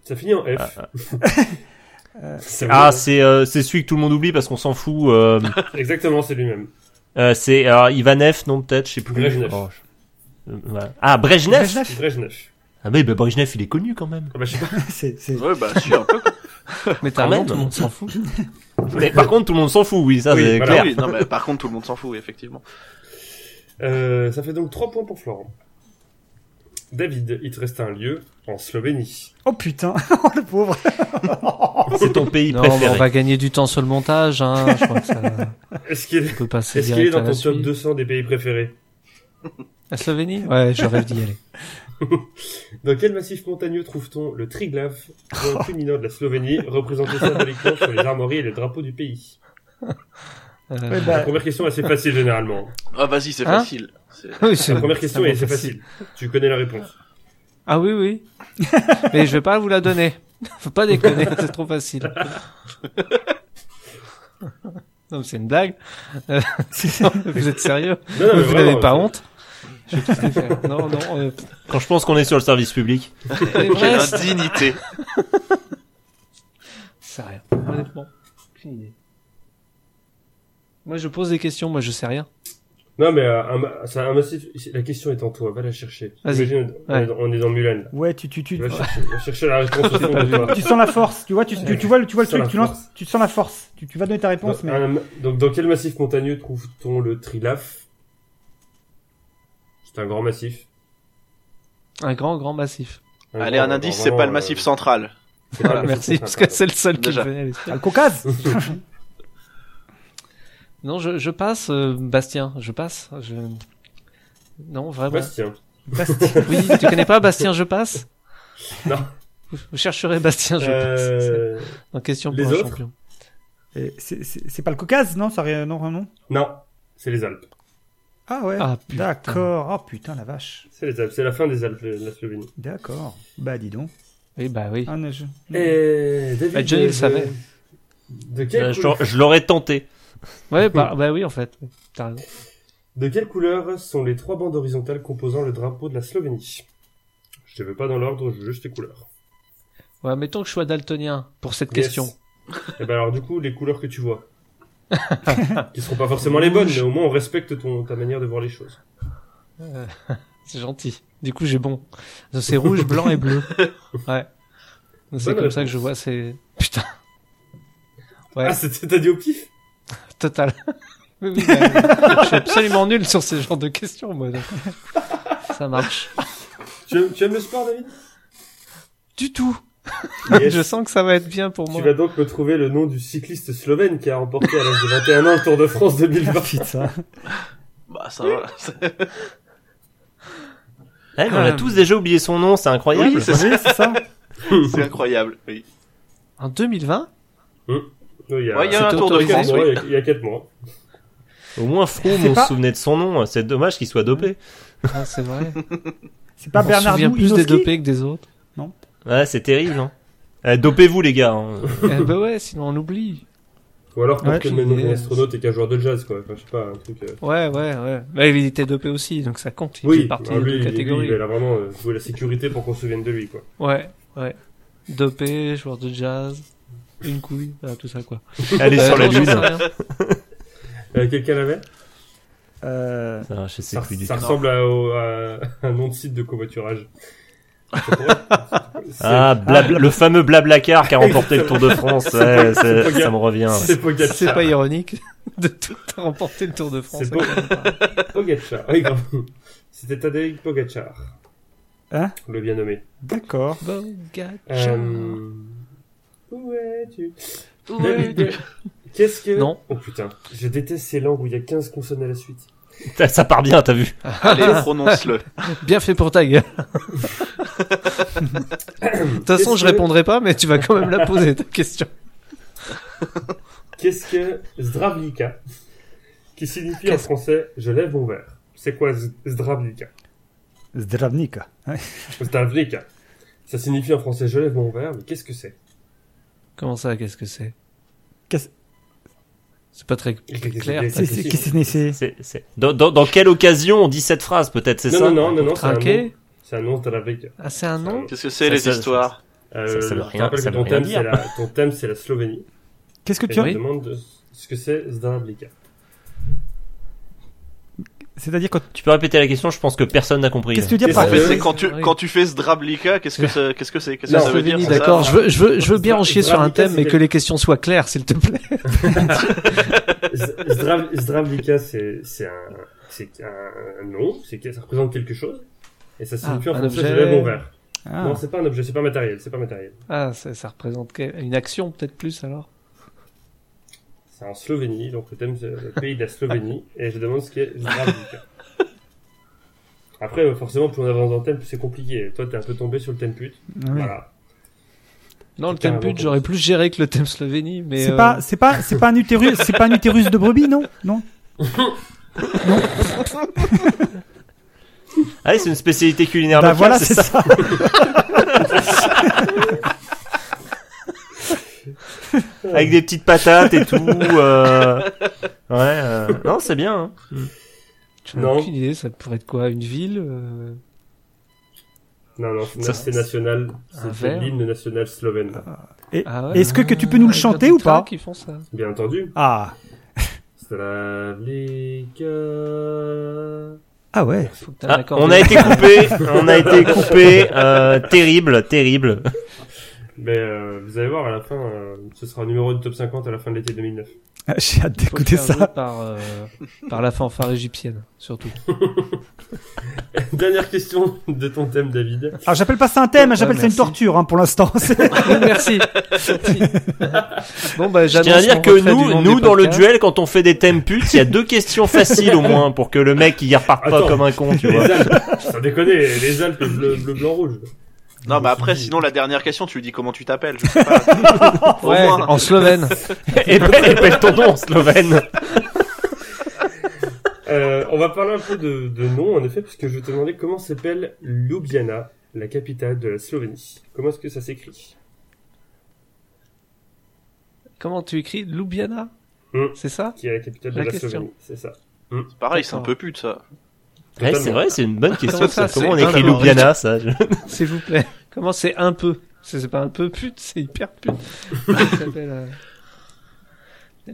Ça finit en F. C'est
Ah,
vrai.
c'est euh, c'est celui que tout le monde oublie parce qu'on s'en fout. euh,
Exactement, c'est lui-même.
euh, c'est alors, Ivanev, non peut-être, je sais plus.
Brejnev.
Oh, je- euh, voilà. Ah, Brejnev.
Brejnev
Brejnev.
Ah mais bah, Brejnev, il est connu quand même.
Ah bah, je sais pas.
C'est- c'est-
Ouais, bah, si, un peu.
Mais t'as
Quand
raison,
même.
tout le monde s'en fout.
Mais par contre, tout le monde s'en fout, oui, ça
Oui,
c'est
voilà.
Ah
clair.
oui, non, mais par contre, tout le monde s'en fout, oui, effectivement.
Euh, ça fait donc 3 points pour Florent. David, il te reste un lieu en Slovénie.
Oh putain, le pauvre.
C'est ton pays
Non, mais on
préféré.
va gagner du temps sur le montage, hein. Je crois que ça
Est-ce qu'il
on peut passer
est,
direct
est dans
à la
ton top
suite.
200 des pays préférés
La Slovénie Ouais, je rêve d'y aller.
Dans quel massif montagneux trouve-t-on le Triglav, point culminant de la Slovénie, représenté symboliquement sur les armoiries et le drapeau du pays
Euh,
Ouais, bah,
La première question est assez facile généralement.
Ah, vas-y, c'est
Hein
facile. C'est-
oui, c'est-
La première question est
c'est
assez facile. Tu connais la réponse.
Ah oui, oui. Mais je vais pas vous la donner. Faut pas déconner, c'est trop facile. Non, mais c'est une blague. Euh, non, mais vous êtes sérieux
Non, non, mais
Vous
vraiment,
n'avez pas
c'est-
honte Je vais tout défaire. Non, non. euh,
Quand je pense qu'on est sur le service public.
les
Quelle
Brest,
indignité.
C'est rien, honnêtement. Aucune idée. Moi, je pose des questions, moi, je sais rien.
Non, mais euh, un, ma- c'est un massif. La question est en toi, va la chercher.
Vas-y.
Imagine, on, est
Ouais.
dans- on est dans Mulan. là.
ouais, tu, tu, tu,
Va chercher, va chercher la réponse au fond
pas
de
vu.
toi.
tu sens la force, tu vois, tu, tu, tu vois, le- tu vois le
Sens
truc,
la
tu, lances-
force. euh,
tu sens la force. Tu, tu vas donner ta réponse,
Dans-
mais.
un- donc, dans quel massif montagneux trouve-t-on le Trilaf C'est un grand massif.
Un grand, grand massif.
Allez, un indice, c'est
euh,
pas le massif
euh,
central.
central.
Merci, parce que c'est le seul qui
Déjà.
me venait à l'esprit.
Ah, le Caucase
Non, je, je passe, euh, Bastien, je passe. Je... Non, vraiment.
Bastien.
Bastien.
Oui, tu connais pas Bastien, je passe
Non.
Vous- Vous chercherez Bastien, je passe. C'est-
Euh,
Dans question
les
pour un
autres
champion.
Et C'est c'est- c'est pas le Caucase, non ça, rien- Non, non
Non, c'est les Alpes.
Ah ouais
Ah, putain.
D'accord. Oh putain, la vache.
C'est les Alpes. C'est la fin des Alpes, la Slovénie.
D'accord. Bah, dis donc. Ah,
Oui, bah oui.
Ah.
Un neige.
Et euh, David.
Bah, Johnny
de-
le savait.
De
Euh,
quelle,
Je
couleur-
l'aurais- je l'aurais tenté.
Ouais, bah, bah oui, en fait. T'as raison.
de quelle couleur sont les trois bandes horizontales composant le drapeau de la Slovénie Je te veux pas dans l'ordre, je veux juste les couleurs.
Ouais, mettons que je sois daltonien pour cette
Yes.
question.
Et ben alors du coup, les couleurs que tu vois, qui seront pas forcément les bonnes, mais au moins on respecte ton ta manière de voir les choses.
Euh, c'est gentil. Du coup, j'ai bon. Donc, C'est rouge, blanc et bleu. Ouais. Donc, C'est
Bonne
comme ça
réponse.
que je vois, c'est. Putain, Ouais.
Ah, c'était t'as dit au pif
total. Oui, oui, bah, je suis absolument nul sur ce genre de questions, moi. donc. Ça marche.
tu aimes, tu aimes le sport, David
Du tout.
Yes.
Je sens que ça va être bien pour moi.
Tu vas donc me trouver le nom du cycliste slovène qui a remporté à l'âge de 21 ans le Tour de France 2020.
Ah, Putain.
Bah, ça va.
Ouais, Eh, mais on a
Euh.
tous déjà oublié son nom, c'est incroyable.
Oui, c'est ça.
C'est ça
C'est incroyable. Oui.
En 2020
Il y a,
Ouais, il y a un
C'était
tour de
autorisé.
France,
quatre mois,
oui.
il y a- il y a 4 mois.
Au moins, Froome,
C'est
on
pas-
se souvenait de son nom. C'est dommage qu'il soit dopé.
ah, C'est vrai.
C'est pas
On se
Bernard
souvient plus des
Inowski
dopés que des autres.
Ouais, c'est terrible. Hein. Euh, Dopez-vous, les gars. hein.
eh ben ouais, sinon on oublie.
Ou alors
Ouais,
parce que
qui
le même
est-
astronaute et qu'un joueur de jazz, quoi. Enfin, je sais pas, un truc. euh,
Ouais, ouais, ouais. Bah, il était dopé aussi, donc ça compte. Il fait
Oui,
partie
ah, lui,
de
lui,
catégorie.
il a vraiment euh, joué la sécurité pour qu'on se souvienne de lui, quoi.
Ouais, ouais. Dopé, joueur de jazz, une couille, ah, tout ça quoi.
Allez
Euh,
sur la
non, j'en sais
lune.
rien.
Euh, Quelqu'un l'avait
Euh,
Ça, je sais
Ça,
plus du
ça
tout.
ressemble à, au- à un nom de site de covoiturage. Ça pourrait- C'est-
Ah, blabla, le fameux Blablacar qui a remporté le Tour de France. Ouais, c'est-
Pogacar.
ça me revient. ouais.
C'est Pogacar.
C'est pas ironique de tout remporter le Tour de France.
C'est beau. Pogacar. Oui, grave. C'était Tadej Pogacar.
Hein
On le bien nommé.
D'accord.
Pogacar.
Euh... Où es-tu
Ouais.
Qu'est-ce que...
Non.
Oh putain, je déteste ces langues où il y a 15 consonnes à la suite.
Ça- Ça part bien, t'as vu.
Allez, prononce-le.
Bien fait pour ta gueule. De toute façon, je répondrai pas, mais tu vas quand même la poser ta question.
Qu'est-ce que zdravlika Qui signifie en
Qu'est-ce-
français « je lève mon verre ». C'est quoi z- zdravlika
Zdravnik.
Ah, Zdravlika. Ça signifie en français « je lève mon verre », mais qu'est-ce que c'est
Comment ça Qu'est-ce que c'est
Qu'est-ce-
C'est pas très clair.
C'est- c'est- Qu'est-ce que c'est
C'est- c'est- Dans, dans- dans quelle occasion on dit cette phrase, peut-être, c'est
Non,
ça
non, non, non, non, c'est un nom.
Trinqué
C'est un nom zdravlika.
Ah, c'est un nom.
Qu'est-ce que c'est,
Ça,
les
ça, ça,
histoires
Euh,
Ça- ça veut
je te
rien-
rappelle
ça
que
veut
ton
rien
thème,
dire.
c'est la, ton thème, c'est la Slovénie.
Qu'est-ce que
Et
tu
je
as
me demande ce que c'est zdravlika.
C'est-à-dire quand
Tu peux répéter la question, je pense que personne n'a compris.
Qu'est-ce que tu dis
Qu'est-ce
En
par
que-
fait, c'est
oui.
quand tu,
Oui.
quand tu fais ce drablica, qu'est-ce que c'est, qu'est-ce que c'est, qu'est-ce que
Non,
ça veut dire?
Denis,
ça
d'accord, je veux, je veux, je veux bien en chier sur un
Zdravlika,
thème, mais
c'est-
que les questions soient claires, s'il te plaît.
Z- Zdrav- Zdravlika, c'est c'est un, c'est un nom, c'est que- ça représente quelque chose, et ça signifie
Ah,
en
un
français
objet.
je lève mon verre.
Ah.
Non, c'est pas un objet, c'est pas matériel, c'est pas matériel.
Ah, ça, ça représente que- une action peut-être plus alors.
C'est en Slovénie, donc le thème c'est le pays de la Slovénie, et je demande ce qu'est Zdravlika. Après, euh, forcément, plus on avance dans le thème, plus c'est compliqué. Toi, t'es un peu tombé sur le thème pute.
Oui.
Voilà.
Non, le
Putain,
thème
avant
but,
qu'on-
j'aurais plus géré que le thème Slovénie, mais.
C'est
euh,
pas, c'est pas, c'est pas un utérus, c'est pas un utérus de brebis, non Non.
Ah, c'est une spécialité culinaire
Bah
locale,
voilà,
Ah, c'est
c'est
ça.
ça.
Avec des petites patates et tout. euh, Ouais, euh, non, c'est bien. hein.
j'en ai
Non.
aucune idée, ça pourrait être quoi Une ville euh,
Non, non, c'est
Ça,
c'est national,
un
c'est
verre.
l'hymne national slovène.
ah ouais.
Est-ce que, que tu peux nous le
Ah,
chanter
il y a
ou
des trains
pas
qui font ça.
Bien entendu.
Ah,
Zdravlika.
ah ouais.
Faut que t'aies un
Ah,
accord
on
de-
a été coupé, on a été coupé. euh, terrible, terrible.
Mais euh, vous allez voir, à la fin, euh, ce sera un numéro du top 50 à la fin de l'été 2009.
Ah, J'ai hâte
faut le
d'écouter
faire jouer
ça.
Par, euh, par la fanfare égyptienne, surtout.
Dernière question de ton thème, David.
Alors j'appelle pas ça un thème,
Ouais,
j'appelle ça une
merci.
torture hein, pour l'instant. C'est-
Merci. bon, bah,
Je
j'annonce
tiens à dire
mon
que
retrait du
nous,
monde
nous
des
dans le
podcasts.
duel, quand on fait des thèmes putes, il y a deux questions faciles au moins pour que le mec il y reparte pas
Attends.
comme un con, tu
Les
vois.
Alpes, ça déconne, les Alpes bleu, bleu, blanc, rouge.
Non, mais après, sinon, la dernière question, tu lui dis comment tu t'appelles, je sais pas. Au
Ouais,
moins.
en slovène.
Épelle, épelle ton nom, Slovène.
Euh, on va parler un peu de, de nom, en effet, parce que je te demandais comment s'appelle Ljubljana, la capitale de la Slovénie. Comment est-ce que ça s'écrit
Comment tu écris Ljubljana
Hmm.
C'est ça
Qui est la capitale de
La
la,
question.
Slovénie, c'est ça.
Pareil,
hein.
c'est un peu pute, ça.
Ouais, c'est
Totalement.
vrai, c'est une bonne question.
Comment ça,
ça. Comment on
c'est
écrit
un
Ljubljana, ça je-
S'il vous plaît. Comment c'est un peu C'est c'est pas un peu pute, c'est hyper pute. Comment ça s'appelle euh,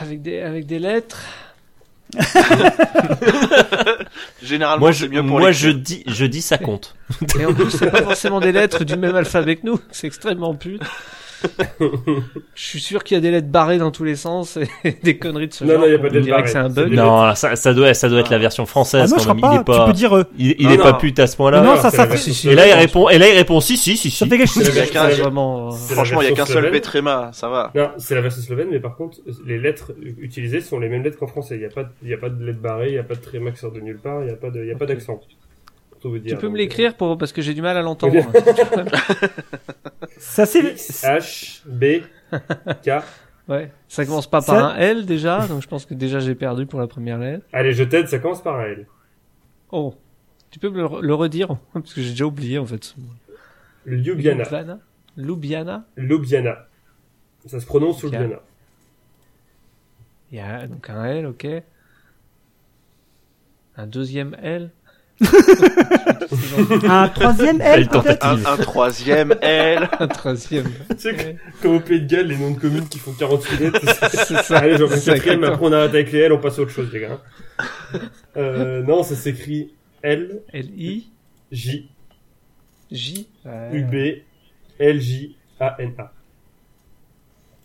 Avec des, avec des lettres.
Généralement,
Moi, je,
c'est mieux pour
moi
les...
je dis, je dis ça compte.
Et en plus, c'est pas forcément des lettres du même alphabet que nous. C'est extrêmement pute. Je suis sûr qu'il y a des lettres barrées dans tous les sens et des conneries de ce
Non,
genre.
non, il y a
qu'on
pas de lettres
dirait
barrées.
que c'est un
C'est
bug.
des-
Non, ça, ça doit, ça doit être la version
Ah
française
non, je
quand
crois
même. Il
pas.
est pas,
Tu peux dire. euh,
il, il
Non,
est pas
non.
pute à ce point-là.
Non, non,
Ah,
ça,
c'est
ça
la
fait.
version
Et là, il
slovène.
répond, et là, il répond, si, si, si, si.
Ça fait quelque
C'est la
chose.
Il y a
version
qu'un-
slovène.
Vraiment. euh,
C'est la
Franchement, il y a
version
qu'un seul
slovène.
Betrema, ça va.
Non, c'est la version slovène, mais par contre, les lettres utilisées sont les mêmes lettres qu'en français. Il n'y a, pas de- il y a pas de lettres barrées, il n'y a pas de tréma qui sort de nulle part, il n'y a pas de- il y a pas d'accent. Pour tout vous
Tu
dire,
peux me
donc,
l'écrire pour parce que j'ai du mal à l'entendre.
C'est assez.
X, H, B, K.
Ouais. Ça commence pas par
Ça-
un L déjà, donc je pense que déjà j'ai perdu pour la première lettre.
Allez, je t'aide, ça commence par un L.
Oh. Tu peux me le, le redire parce que j'ai déjà oublié en fait.
Ljubljana.
Ljubljana. Ljubljana.
Ljubljana. Ça se prononce
Ok.
Ljubljana.
Il y a donc un L, ok. Un deuxième L.
Un troisième
Elle
L
tente.
peut-être.
Un, un troisième L.
Un troisième.
Tu sais, que- comme au Pays de Galles, les noms de communes qui font 48 lettres. c'est-
C'est ça.
Allez, j'en fais
C'est
quatrième,
exactement.
après on arrête avec les L, on passe à autre chose, les gars. Euh, non, ça s'écrit L,
L I
J,
J.
U, B, L, J, A, N, A.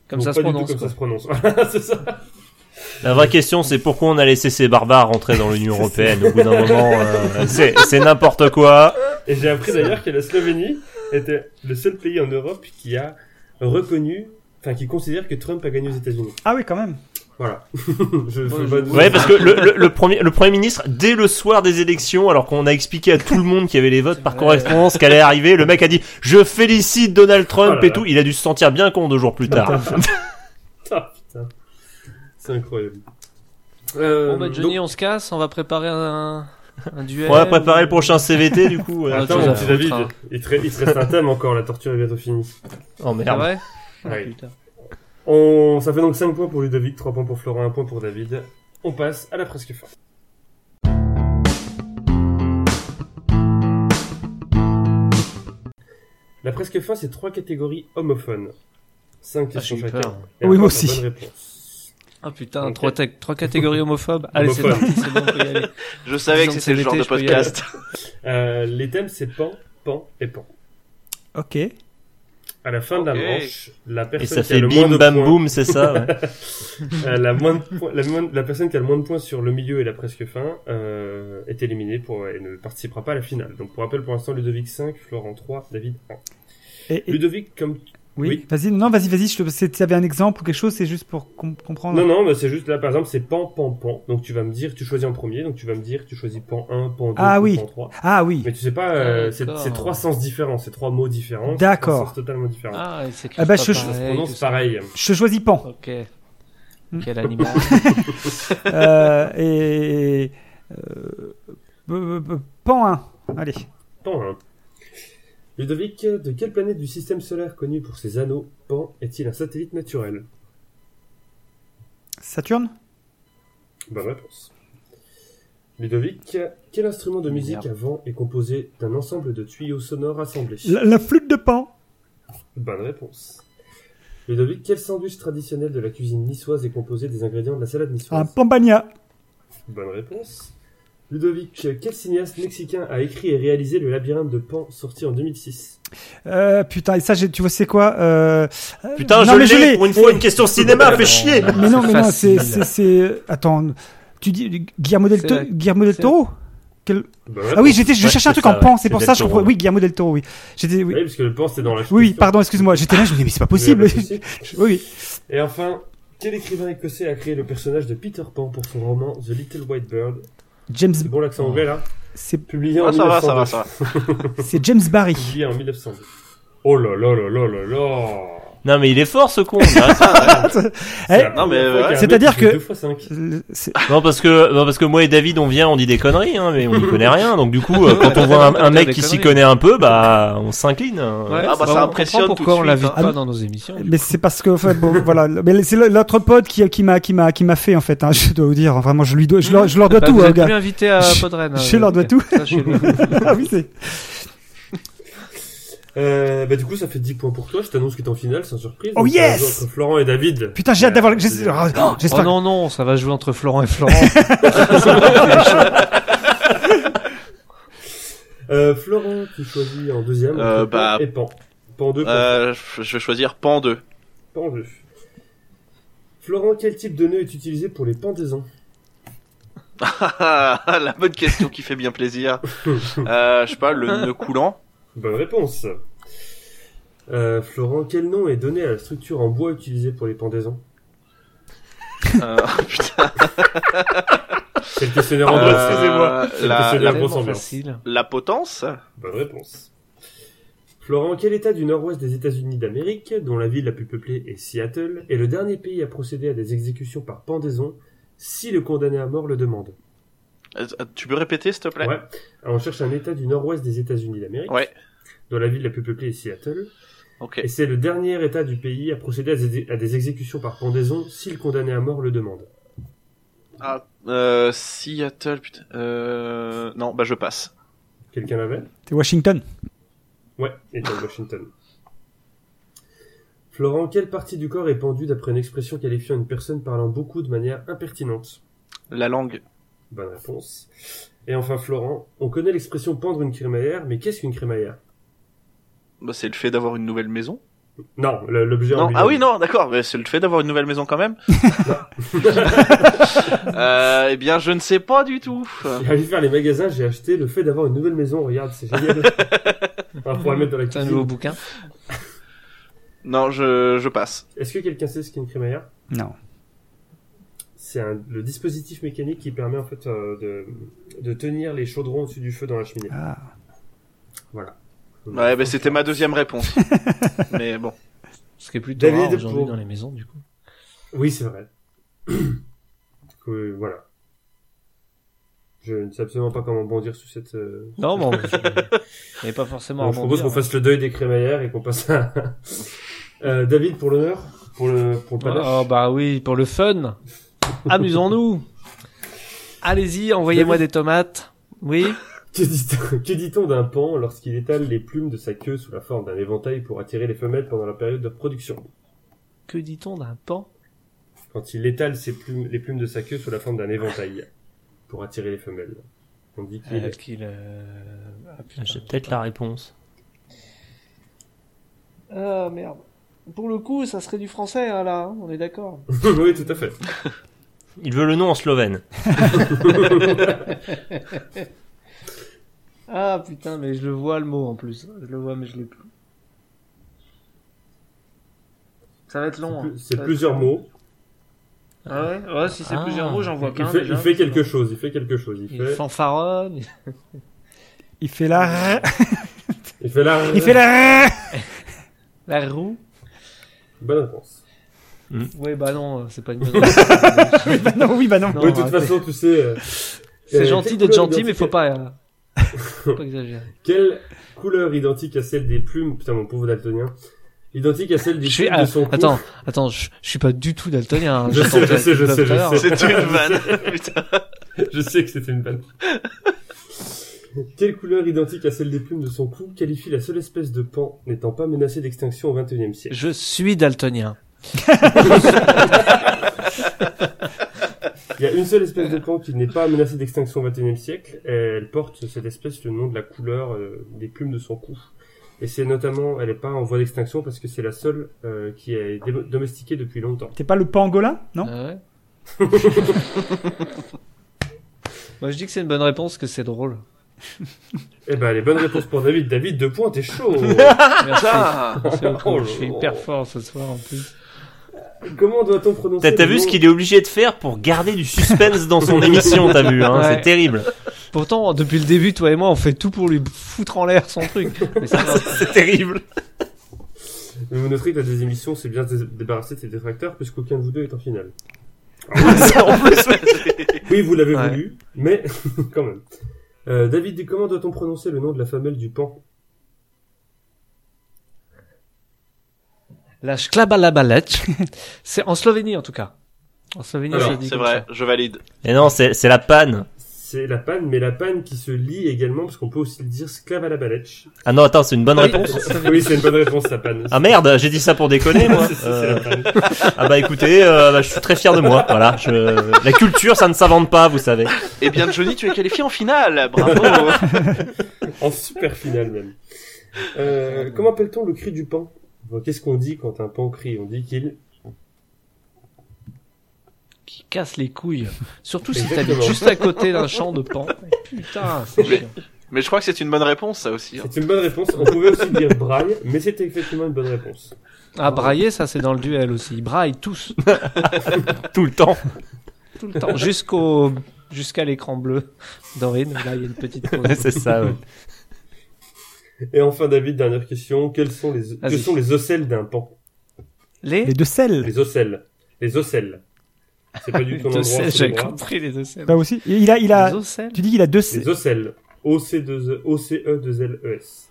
Comme
Donc,
ça se
pas du tout
prononce.
Comme ça
quoi.
se prononce. Voilà, c'est ça.
La vraie question, c'est pourquoi on a laissé ces barbares rentrer dans l'Union Européenne au bout d'un moment. euh, c'est c'est n'importe quoi.
Et j'ai appris d'ailleurs que la Slovénie était le seul pays en Europe qui a reconnu, enfin qui considère que Trump a gagné aux États-Unis.
Ah oui, quand même.
Voilà. je fais
je-
pas de-
Ouais, parce que le, le, le premier, le Premier ministre, dès le soir des élections, alors qu'on a expliqué à tout le monde qu'il y avait les votes par
Ouais.
correspondance, qu'elle allait arriver, le mec a dit « Je félicite Donald Trump
Oh là
et tout », il a dû se sentir bien con deux jours plus tard.
Ah, putain. C'est incroyable. Euh,
Bon bah Johnny, on se casse. On va préparer un, un duel.
On va préparer le prochain CVT, du coup. euh, ouais.
Attends,
chose
mon
à
petit
foutre,
David,
hein.
il, te, il te reste un thème encore, la torture est bientôt finie.
Oh
C'est
merde.
vrai. Ah,
Ouais.
putain.
On, ça fait donc 5 points pour Ludovic, 3 points pour Florent, 1 point pour David. On passe à la presque fin. La presque fin, c'est 3 catégories homophones. 5
Ah,
questions
j'ai eu
chacun.
peur.
Et
Oui,
encore
moi aussi.
la bonne réponse.
Ah putain,
Ok.
trois, tec- trois catégories homophobes. Allez, c'est
Homophobe.
parti, c'est bon, on peut y aller.
Je savais que
Disons que
c'était le
c'est
genre de
l'été, je peux y aller.
podcast.
Euh, les thèmes, c'est pan, pan et pan.
Ok.
À la fin de la
Ok.
manche, la
Et
personne
ça
qui a
fait
le
bim
moins de
bam
points-
boum, c'est ça ouais.
Euh, la, moins de points- la, moins- la personne qui a le moins de points sur le milieu et la presque fin euh, est éliminée pour, et ne participera pas à la finale. Donc pour rappel, pour l'instant, Ludovic 5, Florent 3, David 1.
Et, et-
Ludovic, comme...
oui.
oui.
Vas-y, non, vas-y, vas-y. Je te... Tu avais un exemple ou quelque chose, c'est juste pour com- comprendre.
Non, non, bah, c'est juste là, par exemple, c'est pan, pan, pan. Donc tu vas me dire, tu choisis en premier, donc tu vas me dire, tu choisis pan 1, pan 2,
Ah
ou
oui.
pan 3.
Ah oui.
Mais tu sais pas, euh, c'est
Ah, D'accord.
c'est trois sens différents, c'est trois mots différents. c'est
D'accord.
trois sens totalement différents.
Ah, il s'écrit
Ah bah,
pas
je- je-
Ça se
pareil, tout
prononce
ça.
pareil.
Je choisis Pan.
Ok.
Hmm.
Quel animal.
Euh, et. euh, euh, euh, Pan 1. Allez.
Pan 1. Ludovic, de quelle planète du système solaire connu pour ses anneaux, Pan est-il un satellite naturel
Saturne
Bonne réponse. Ludovic, quel instrument de musique
Merde.
avant est composé d'un ensemble de tuyaux sonores assemblés
la, la flûte de Pan.
Bonne réponse. Ludovic, quel sandwich traditionnel de la cuisine niçoise est composé des ingrédients de la salade
Un
niçoise
Pambania.
Bonne réponse. Ludovic, quel cinéaste mexicain a écrit et réalisé le labyrinthe de Pan sorti en 2006
Euh, putain, et ça, j'ai- tu vois, c'est quoi euh, euh,
Putain,
non, mais
je l'ai
l'ai.
pour une fois une question cinéma, fais chier
Mais non, mais non, c'est, c'est,
facile.
c'est- Attends, tu dis Guillermo del,
C'est
To-
la-
Guillermo del
c'est-
Toro quel-
Bah,
Ah oui,
attends.
j'étais, je
Ouais,
cherchais un
c'est
truc en
ça,
pan,
ouais.
c'est pour
C'est
ça.
Del
Je
Toro.
comprenais- Oui, Guillermo del Toro, oui. J'étais, oui.
Ah Oui, parce que le pan, c'était dans la
Oui, pardon, excuse-moi. J'étais là, je me dis, mais c'est pas possible. oui, oui.
Et enfin, quel écrivain écossais a créé le personnage de Peter Pan pour son roman The Little White Bird
James,
C'est bon l'accent anglais là
c'est,
Publié en
Ah, ça va,
1902.
ça va, ça va.
c'est James Barry.
Publié en 1902. Oh là là là là là là
Non, mais il est fort ce con. on dirait ça.
C'est
Eh,
la première fois
non, mais
qu'il
ouais.
y a un
C'est-à-dire
mec qui fait
que-
deux fois cinq.
le- Eh, c'est-
non, parce que, non, parce que moi et David, on vient, on dit des conneries, hein, mais on n'y connaît rien. Donc du coup, euh, quand on voit un, un mec
Des
qui s'y
conneries.
connaît un peu, bah, on s'incline. hein.
Ouais,
bah, ça
on comprend
impressionne tout de
pourquoi on
suite,
l'invite
hein.
Ah,
pas
mais-
dans nos émissions.
mais c'est parce que, enfin, bon, voilà. Mais c'est l'autre pote qui, qui m'a, qui m'a, qui m'a fait, en fait, hein, Je dois vous dire. Vraiment, je lui dois, je leur, je leur dois
Bah,
tout,
vous
hein,
êtes
gars.
plus invité à
Je-
Podren. hein,
je leur dois tout. Ah oui, c'est.
Euh, bah du coup ça fait 10 points pour toi, je t'annonce que t'es en finale sans surprise.
Oh,
Donc, ça va
yes
jouer entre Florent et David.
Putain, j'ai hâte d'avoir. le-
Euh,
j'es- oh,
Oh
J'espère.
non, non, ça va jouer entre Florent et Florent.
euh, Florent, tu choisis en deuxième
Euh,
entre
bah,
Pan et Pan. Pan 2, Pan,
Euh, je vais choisir Pan 2.
Pan 2. Florent, quel type de nœud est utilisé pour les pendaisons
Ah, la bonne question qui fait bien plaisir. Euh, je sais pas, le nœud coulant.
Bonne réponse. Euh, Florent, quel nom est donné à la structure en bois utilisée pour les pendaisons
Euh, putain,
C'est le questionnaire en
euh,
bois, excusez-moi. C'est le questionnaire
la, la,
en bois
Tellement
sans blanc.
facile.
la potence.
Bonne réponse. Florent, quel état du nord-ouest des États-Unis d'Amérique, dont la ville la plus peuplée est Seattle, est le dernier pays à procéder à des exécutions par pendaison si le condamné à mort le demande
Euh, Tu peux répéter, s'il te plaît
Ouais. Alors, on cherche un état du nord-ouest des États-Unis d'Amérique,
Ouais,
dont la ville la plus peuplée est Seattle,
ok.
et c'est le dernier état du pays à procéder à des, à des exécutions par pendaison si le condamné à mort le demande.
Ah, euh, Seattle, putain. Euh, non, bah je passe.
Quelqu'un l'avait
C'est Washington.
Ouais, état de Washington. Florent, quelle partie du corps est pendue d'après une expression qualifiant une personne parlant beaucoup de manière impertinente
La langue.
Bonne réponse. Et enfin, Florent, on connaît l'expression pendre une crémaillère, mais qu'est-ce qu'une crémaillère
Bah, c'est le fait d'avoir une nouvelle maison.
Non, le- l'objet en
Non,
lui-même.
ah oui, non, d'accord, mais c'est le fait d'avoir une nouvelle maison quand même. euh, eh bien, je ne sais pas du tout.
J'ai allé faire les magasins, j'ai acheté le fait d'avoir une nouvelle maison, regarde, c'est génial. On va pouvoir le mettre dans la
C'est un nouveau
cuisine.
bouquin.
Non, je, je passe.
Est-ce que quelqu'un sait ce qu'est une crémaillère
Non.
C'est un- le dispositif mécanique qui permet en fait euh, de, de tenir les chaudrons au-dessus du feu dans la cheminée.
Ah.
Voilà.
Ouais, bah, c'était ma deuxième réponse. mais bon.
Ce qui est plutôt
David
rare aujourd'hui
pour-
dans les maisons, du coup.
Oui, c'est vrai. Euh, voilà. Je ne sais absolument pas comment bondir sur cette... euh,
Non, bon, mais pas forcément à
Donc, je propose qu'on
rebondir.
fasse le deuil des crémaillères et qu'on passe à Euh, David pour l'honneur, pour le pour le panache.
Oh bah oui, pour le fun. Amusons-nous. Allez-y, envoyez-moi des tomates. Oui.
Que dit-on que dit-on d'un pan lorsqu'il étale les plumes de sa queue sous la forme d'un éventail pour attirer les femelles pendant la période de reproduction
Que dit-on d'un pan
Quand il étale ses plumes, les plumes de sa queue sous la forme d'un éventail pour attirer les femelles, on dit qu'il
Euh,
est
qu'il, euh, ah, putain.
J'ai peut-être la réponse.
Ah merde. Pour le coup, ça serait du français hein, là, hein, on est d'accord.
oui, tout à fait.
Il veut le nom en slovène.
Ah putain, mais je le vois le mot en plus. Je le vois mais je l'ai plus. Ça va être long. hein. Ça
C'est
va
plusieurs
être long.
mots.
Ah ouais, ouais, si c'est
Ah.
plusieurs mots, j'en vois
Il
qu'un
fait,
déjà.
il fait quelque chose. Il fait quelque chose. Il
Il
fait.
fanfaronne.
Il fait la.
Il fait la.
Il fait la.
La roue.
Bonne réponse.
Ouais, bah non, c'est pas une bonne
Bah non, oui, bah non.
Non,
oui, de toute
arrêtez.
façon, tu sais. euh,
C'est
euh, quelle
gentil d'être
couleur
gentil, mais faut
identifier-
pas, euh, faut pas exagérer.
Quelle couleur identique à celle des plumes Putain, mon pauvre daltonien. Identique à celle des
Je suis,
plumes
ah,
de son cou.
attends, attends, je, je suis pas du tout daltonien. hein.
Je
J'entends
sais, je
Jack
sais, je sais, je
Lobster.
sais.
C'est une vanne. Putain.
Je sais que c'était une panne. Quelle couleur identique à celle des plumes de son cou qualifie la seule espèce de pan n'étant pas menacée d'extinction au XXIe siècle
Je suis daltonien.
Il y a une seule espèce de pan qui n'est pas menacée d'extinction au XXIe siècle. et elle porte cette espèce le nom de la couleur euh, des plumes de son cou. Et c'est notamment, elle n'est pas en voie d'extinction parce que c'est la seule euh, qui est dé- domestiquée depuis longtemps.
T'es pas le pangolin, non
Ah ouais Moi, je dis que c'est une bonne réponse, que c'est drôle.
Eh ben, les bonnes réponses pour David. David, deux points, t'es chaud.
Merci.
Ah
Merci beaucoup.
Oh,
je suis
oh.
hyper fort ce soir en plus.
Comment doit-on prononcer
T'as t'as
le
vu ce
nom
qu'il est obligé de faire pour garder du suspense dans son émission, t'as vu, hein,
Ouais.
c'est terrible.
Pourtant, depuis le début, toi et moi, on fait tout pour lui foutre en l'air son truc. Mais ça va.
C'est terrible.
Mais vous noterez que la des émissions, c'est bien de se débarrasser de ses détracteurs, puisqu'aucun de vous deux est en finale.
en plus,
Oui, vous l'avez
Ouais.
voulu, mais quand même. Euh, David, dit, comment doit-on prononcer le nom de la femelle du pan
La Shklabalabalec, c'est en Slovénie en tout cas. En Slovénie,
Alors,
ça se dit
c'est
comme
vrai, je valide.
Mais non, c'est c'est la panne.
C'est la panne, mais la panne qui se lie également, parce qu'on peut aussi le dire sclave à la balèche.
Ah non, attends, c'est une bonne
ça.
réponse.
oui, c'est une bonne réponse, la panne.
Ah merde, j'ai dit ça pour déconner, moi.
C'est- c'est
Euh,
la panne.
ah bah écoutez, euh, bah, je suis très fier de moi. Voilà, je- la culture, ça ne s'invente pas, vous savez.
Eh bien, Johnny, tu es qualifié en finale. Bravo.
En super finale, même. Euh, comment appelle-t-on le cri du pan Bon, Qu'est-ce qu'on dit quand un pan crie On dit qu'il...
Qui casse les couilles. Surtout si
Exactement.
t'habites juste à côté d'un champ de pan. Putain, c'est
Mais-
chiant.
Mais je crois que c'est une bonne réponse, ça aussi. hein.
C'est une bonne réponse. On pouvait aussi dire braille, mais c'était effectivement une bonne réponse.
Ah, brailler, ça c'est dans le duel aussi. Ils braillent tous,
Tout le temps.
tout le temps, jusqu'au, jusqu'à l'écran bleu. Dorine, là il y a une petite pause.
Ouais, c'est ça, ouais.
Et enfin, David, dernière question. Quels sont les, que
Vas-y.
sont les ocelles d'un pan
Euh, Les,
Les deux selles.
Les ocelles. Les ocelles. C'est pas du tout un
deux
endroit
selles,
sur le
j'avais
bras.
compris les deux selles.
Là Bah aussi. Et Il a, il a,
Les ocelles.
tu dis qu'il a deux selles.
Les ocelles. O-C-E-2-L-E-S. E O-C-E-2-L-E-S.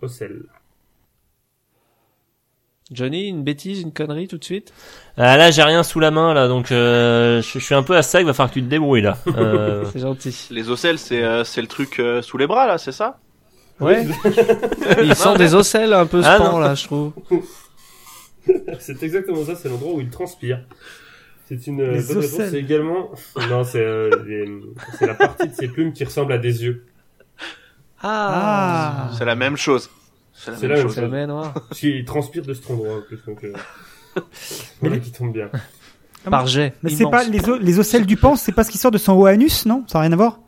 Ocelles.
Johnny, une bêtise, une connerie tout de suite.
Ah, là, j'ai rien sous la main, là, donc euh, je je suis un peu à sec, va falloir que tu te débrouilles, là. Euh,
C'est gentil.
Les ocelles, c'est euh, c'est le truc euh, sous les bras, là, c'est ça
Ouais. Ils sont des ocelles un peu
Ah,
span
non.
là, je trouve.
C'est exactement ça, c'est l'endroit où il transpire. C'est une euh,
Les
bonne réponse,
ocelles.
C'est également. Non, c'est euh, les- c'est la partie de ses plumes qui ressemble à des yeux.
Ah.
Ah.
C'est la même chose. C'est la
C'est
même
la même
chose.
Ça mène, ouais.
Parce qu'il transpire de cet endroit en plus, donc. euh, voilà qui tombe bien.
Par jet.
Mais c'est
immense.
pas les, o- les ocelles du pan, c'est pas ce qui sort de son haut anus, non Ça n'a rien à voir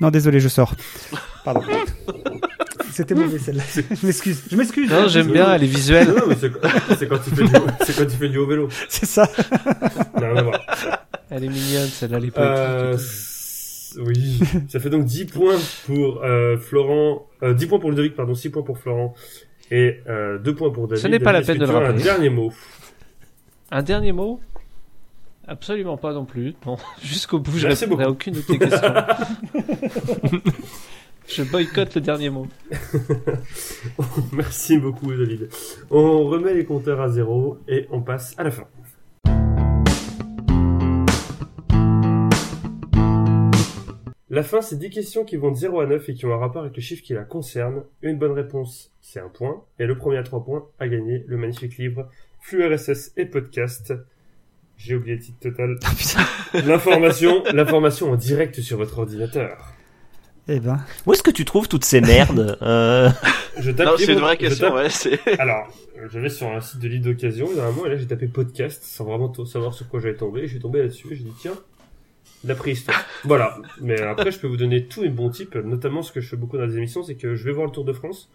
Non, désolé, je sors. Pardon. C'était mauvais celle-là. Je m'excuse. Je m'excuse.
Non, j'aime bien, elle est visuelle.
Non, non, mais c'est c'est quand tu fais du, c'est quand tu fais du haut vélo.
C'est ça.
Ça n'a rien à voir.
Elle est mignonne, celle-là, elle est
Euh,
poétique.
s- oui, ça fait donc 10 points pour euh, Florent, euh, 10 points pour Ludovic, pardon, 6 points pour Florent et euh, 2 points pour David.
Ce n'est pas la
David,
peine de
est-ce que
le
tu as
rappeler.
Un dernier mot.
Un dernier mot Absolument pas non plus. Non, jusqu'au bout, je
Merci
répondrai à
beaucoup.
aucune de tes questions. je boycotte le dernier mot.
Merci beaucoup David. On remet les compteurs à zéro et on passe à la fin. La fin, c'est 10 questions qui vont de 0 à 9 et qui ont un rapport avec le chiffre qui la concerne. Une bonne réponse, c'est un point. Et le premier à 3 points a gagné le magnifique livre Flux RSS et podcast. J'ai oublié le titre total. L'information, l'information en direct sur votre ordinateur.
Eh ben,
où est-ce que tu trouves toutes ces merdes euh,
Je tape
Non, c'est une
émo-
vraie
je
question,
tape
ouais. c'est-
Alors, euh, je vais sur un site de l'île d'occasion, il y a un mois, et là j'ai tapé podcast, sans vraiment t- savoir sur quoi j'allais tomber, et je suis tombé là-dessus, et j'ai dit tiens, la préhistoire. voilà, mais après je peux vous donner tous mes bons types, notamment ce que je fais beaucoup dans les émissions, c'est que je vais voir le Tour de France,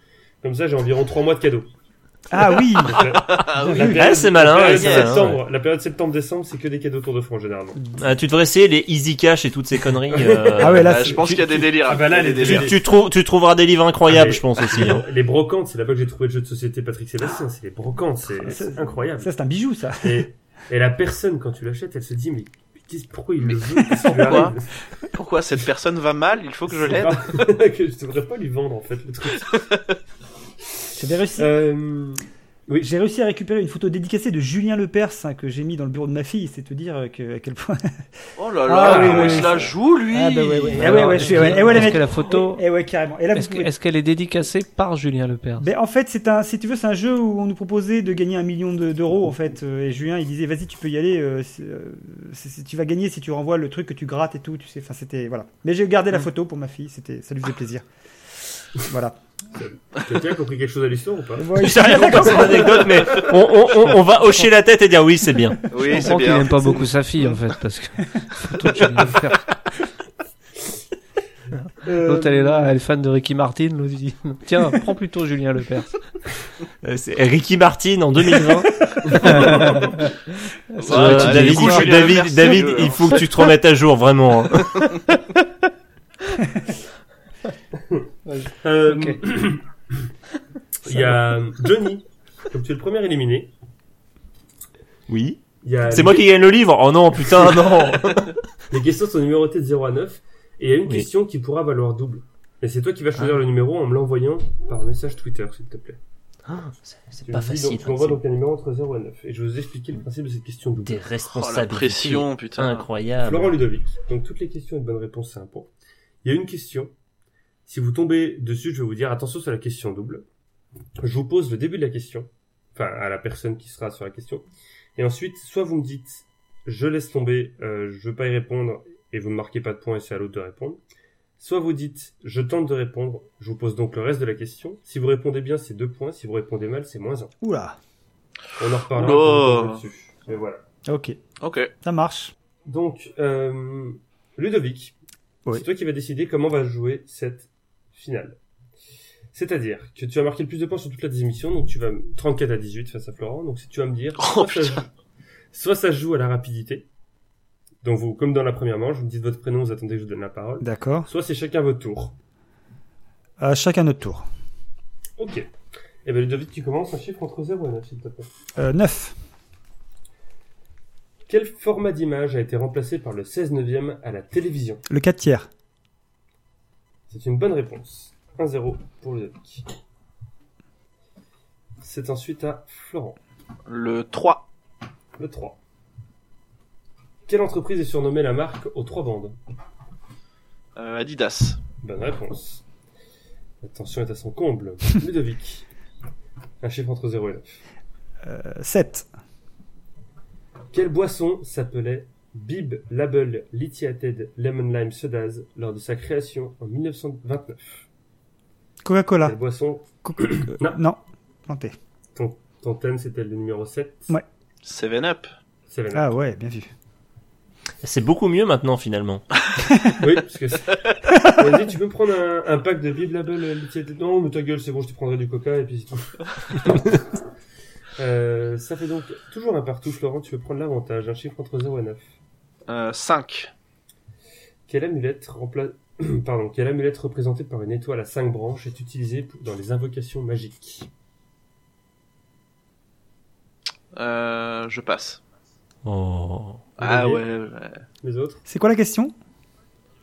comme ça j'ai environ trois mois de cadeaux.
ah oui.
Donc, la- la
Ah,
période-
c'est malin,
la période
c'est malin,
septembre- La période septembre-décembre, c'est que des cadeaux Tour de France généralement.
ah, Tu devrais essayer les easy cash et toutes ces conneries. euh,
Ah ouais, là,
Euh,
c'est-
je pense qu'il y a des délires.
Ah bah là,
Il y a
les-
des
tu,
délires.
tu, trouves, tu trouveras des livres incroyables,
Ah, mais-
je pense aussi. hein.
Les brocantes, c'est là-bas que j'ai trouvé le jeu de société Patrick Sébastien, c'est les brocantes, c'est
Ça,
c'est incroyable.
Ça, c'est un bijou, ça.
Et, et la personne, quand tu l'achètes, elle se dit, mais qu'est-ce- pourquoi il le veut Qu'est-ce qui lui
Pourquoi
arrive
Pourquoi cette personne va mal Il faut que je
C'est
l'aide.
pas- que je devrais pas lui vendre en fait le truc.
J'avais réussi.
Ah
Euh, oui,
J'ai réussi à récupérer une photo dédicacée de Julien Lepers hein, que j'ai mis dans le bureau de ma fille. C'est te dire euh, que, à quel point.
Oh là
Ah,
là,
oui,
comment
oui,
il se
oui,
la
ça-
joue, lui
Ah, bah, ouais, ouais. Eh ouais,
Alors,
ouais, je suis- ouais. Eh ouais, les
est-ce
mecs.
que la photo,
Eh ouais, carrément. Et là, vous
est-ce que-
pouvez-
est-ce qu'elle est dédicacée par Julien Lepers
Ben, en fait, c'est un, si tu veux, c'est un jeu où on nous proposait de gagner un million de- d'euros, en fait. euh, Et Julien, il disait, vas-y, tu peux y aller. euh, c'est, euh, c'est- c'est- tu vas gagner si tu renvoies le truc que tu grattes et tout. Tu sais, enfin, c'était voilà. Mais j'ai gardé la photo pour ma fille. C'était, ça lui faisait plaisir. voilà.
quelqu'un a compris quelque chose à l'histoire ou pas
J'ai rien compris à cette anecdote, mais on, on, on, on va hocher la tête et dire oui, c'est bien.
Oui,
Je
c'est
comprends qu'il
bien.
n'aime pas beaucoup sa fille en fait, parce que photo de Julien Lepers.
euh,
L'autre, elle est là, elle est fan de Ricky Martin. L'autre, il dit Tiens, prends plutôt Julien Lepers.
Euh, C'est Ricky Martin en 2020.
Ouais,
Euh,
bah,
David,
du coup, euh,
il-
Julien
David,
Lepers,
David,
je-
il faut que tu te remettes à jour, vraiment. hein.
Euh,
Ok.
Il y a euh, Johnny, comme tu es le premier éliminé.
Oui.
Il y a
C'est moi qui gagne le livre. Oh non, putain, non.
Les questions sont numérotées de 0 à 9 et il y a une
Oui.
question qui pourra valoir double. Et c'est toi qui vas choisir le numéro en me l'envoyant par message Twitter, s'il te plaît.
C'est
Tu
pas
me dis donc-
facile. hein,
Tu m'envoies donc un numéro entre 0 et 9 et je vais vous expliquer le principe de cette question double.
Des
Oh, la
responsabilités
pression, putain.
Ah,
Florent
incroyables.
Ludovic. Donc toutes les questions et de bonnes réponses, c'est un point. Il y a une question. Si vous tombez dessus, je vais vous dire attention sur la question double. Je vous pose le début de la question, enfin à la personne qui sera sur la question. Et ensuite, soit vous me dites je laisse tomber, euh, je veux pas y répondre et vous ne marquez pas de point et c'est à l'autre de répondre. Soit vous dites je tente de répondre, je vous pose donc le reste de la question. Si vous répondez bien, c'est deux points. Si vous répondez mal, c'est moins un.
Oula.
On en reparlera.
Oula.
quand on dessus. Mais voilà.
Ok,
Ok.
ça marche.
Donc, euh, Ludovic,
Oui.
c'est toi qui vas décider comment va jouer cette finale. C'est-à-dire que tu as marqué le plus de points sur toute la démission, donc tu vas me- 34 à 18 face à Florent, donc si tu vas me dire,
Oh,
soit, ça joue, soit ça joue à la rapidité, donc vous, comme dans la première manche, vous me dites votre prénom, vous attendez que je vous donne la parole,
D'accord.
soit c'est chacun votre tour.
Euh, chacun notre tour.
Ok. Et ben Ludovic, tu commences un chiffre entre 0 et 9, s'il te plaît.
Euh, 9.
Quel format d'image a été remplacé par le 16 neuvième à la télévision
Le 4 tiers.
C'est une bonne réponse. 1-0 pour Ludovic. C'est ensuite à Florent,
Le 3.
le 3. Quelle entreprise est surnommée la marque aux trois bandes
euh, Adidas.
Bonne réponse. La tension est à son comble. Ludovic. Un chiffre entre 0 et 9.
Euh, 7.
Quelle boisson s'appelait Bib Label Lithiated Lemon Lime Sodas lors de sa création en 1929
Coca-Cola.
Quelle boisson
Co- euh,
Non.
non. Planté.
Tantane, c'était le numéro 7
Ouais.
7 Up.
Seven Up.
Ah ouais, bien vu.
C'est beaucoup mieux maintenant, finalement.
Oui, parce que. c'est- Vas-y, tu peux prendre un, un pack de Bib Label euh, Lithiated. Non, mais ta gueule, c'est bon, je te prendrai du coca et puis c'est tout. Euh, ça fait donc toujours un partout, Florent. Tu peux prendre l'avantage, un chiffre entre 0 et 9.
Euh, 5.
Quelle amulette, rempla... Pardon, quelle amulette représentée par une étoile à 5 branches est utilisée pour- dans les invocations magiques
Euh, je passe.
Oh.
Ah
Olivier,
ouais, ouais.
Les autres
C'est quoi la question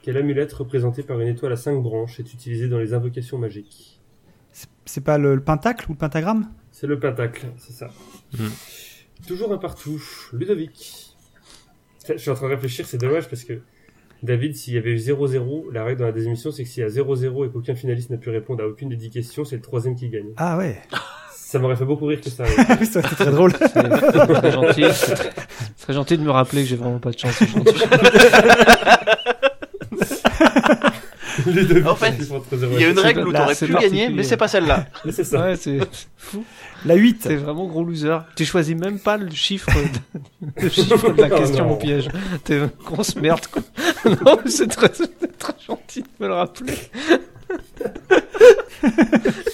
Quelle amulette représentée par une étoile à 5 branches est utilisée dans les invocations magiques
C'est- C'est pas le, le pentacle ou le pentagramme
C'est le pentacle, c'est ça.
Hmm.
Toujours un partout. Ludovic. Putain, Je suis en train de réfléchir, c'est dommage parce que David, s'il y avait eu 0-0, la règle dans la désémission, c'est que s'il y a 0-0 et qu'aucun finaliste n'a pu répondre à aucune des 10 questions, c'est le troisième qui gagne.
Ah ouais.
Ça m'aurait fait beaucoup rire que ça. arrive.
Oui, ça, c'est très drôle.
Très gentil. C'est très- c'est très gentil de me rappeler que j'ai vraiment pas de chance aujourd'hui.
Ludovic,
En fait,
ils sont entre 0 et
Il y a une
c'est
règle
pas-
où
là,
t'aurais
c'est
pu gagner,
particulier.
mais c'est pas celle-là.
C'est ça.
Ouais, c'est c'est fou.
La 8.
T'es vraiment gros loser. Tu choisis même pas le chiffre de, le chiffre de la
Oh
question
non.
au piège. T'es une grosse merde, quoi. Non, mais c'est très, c'est très gentil de me le rappeler.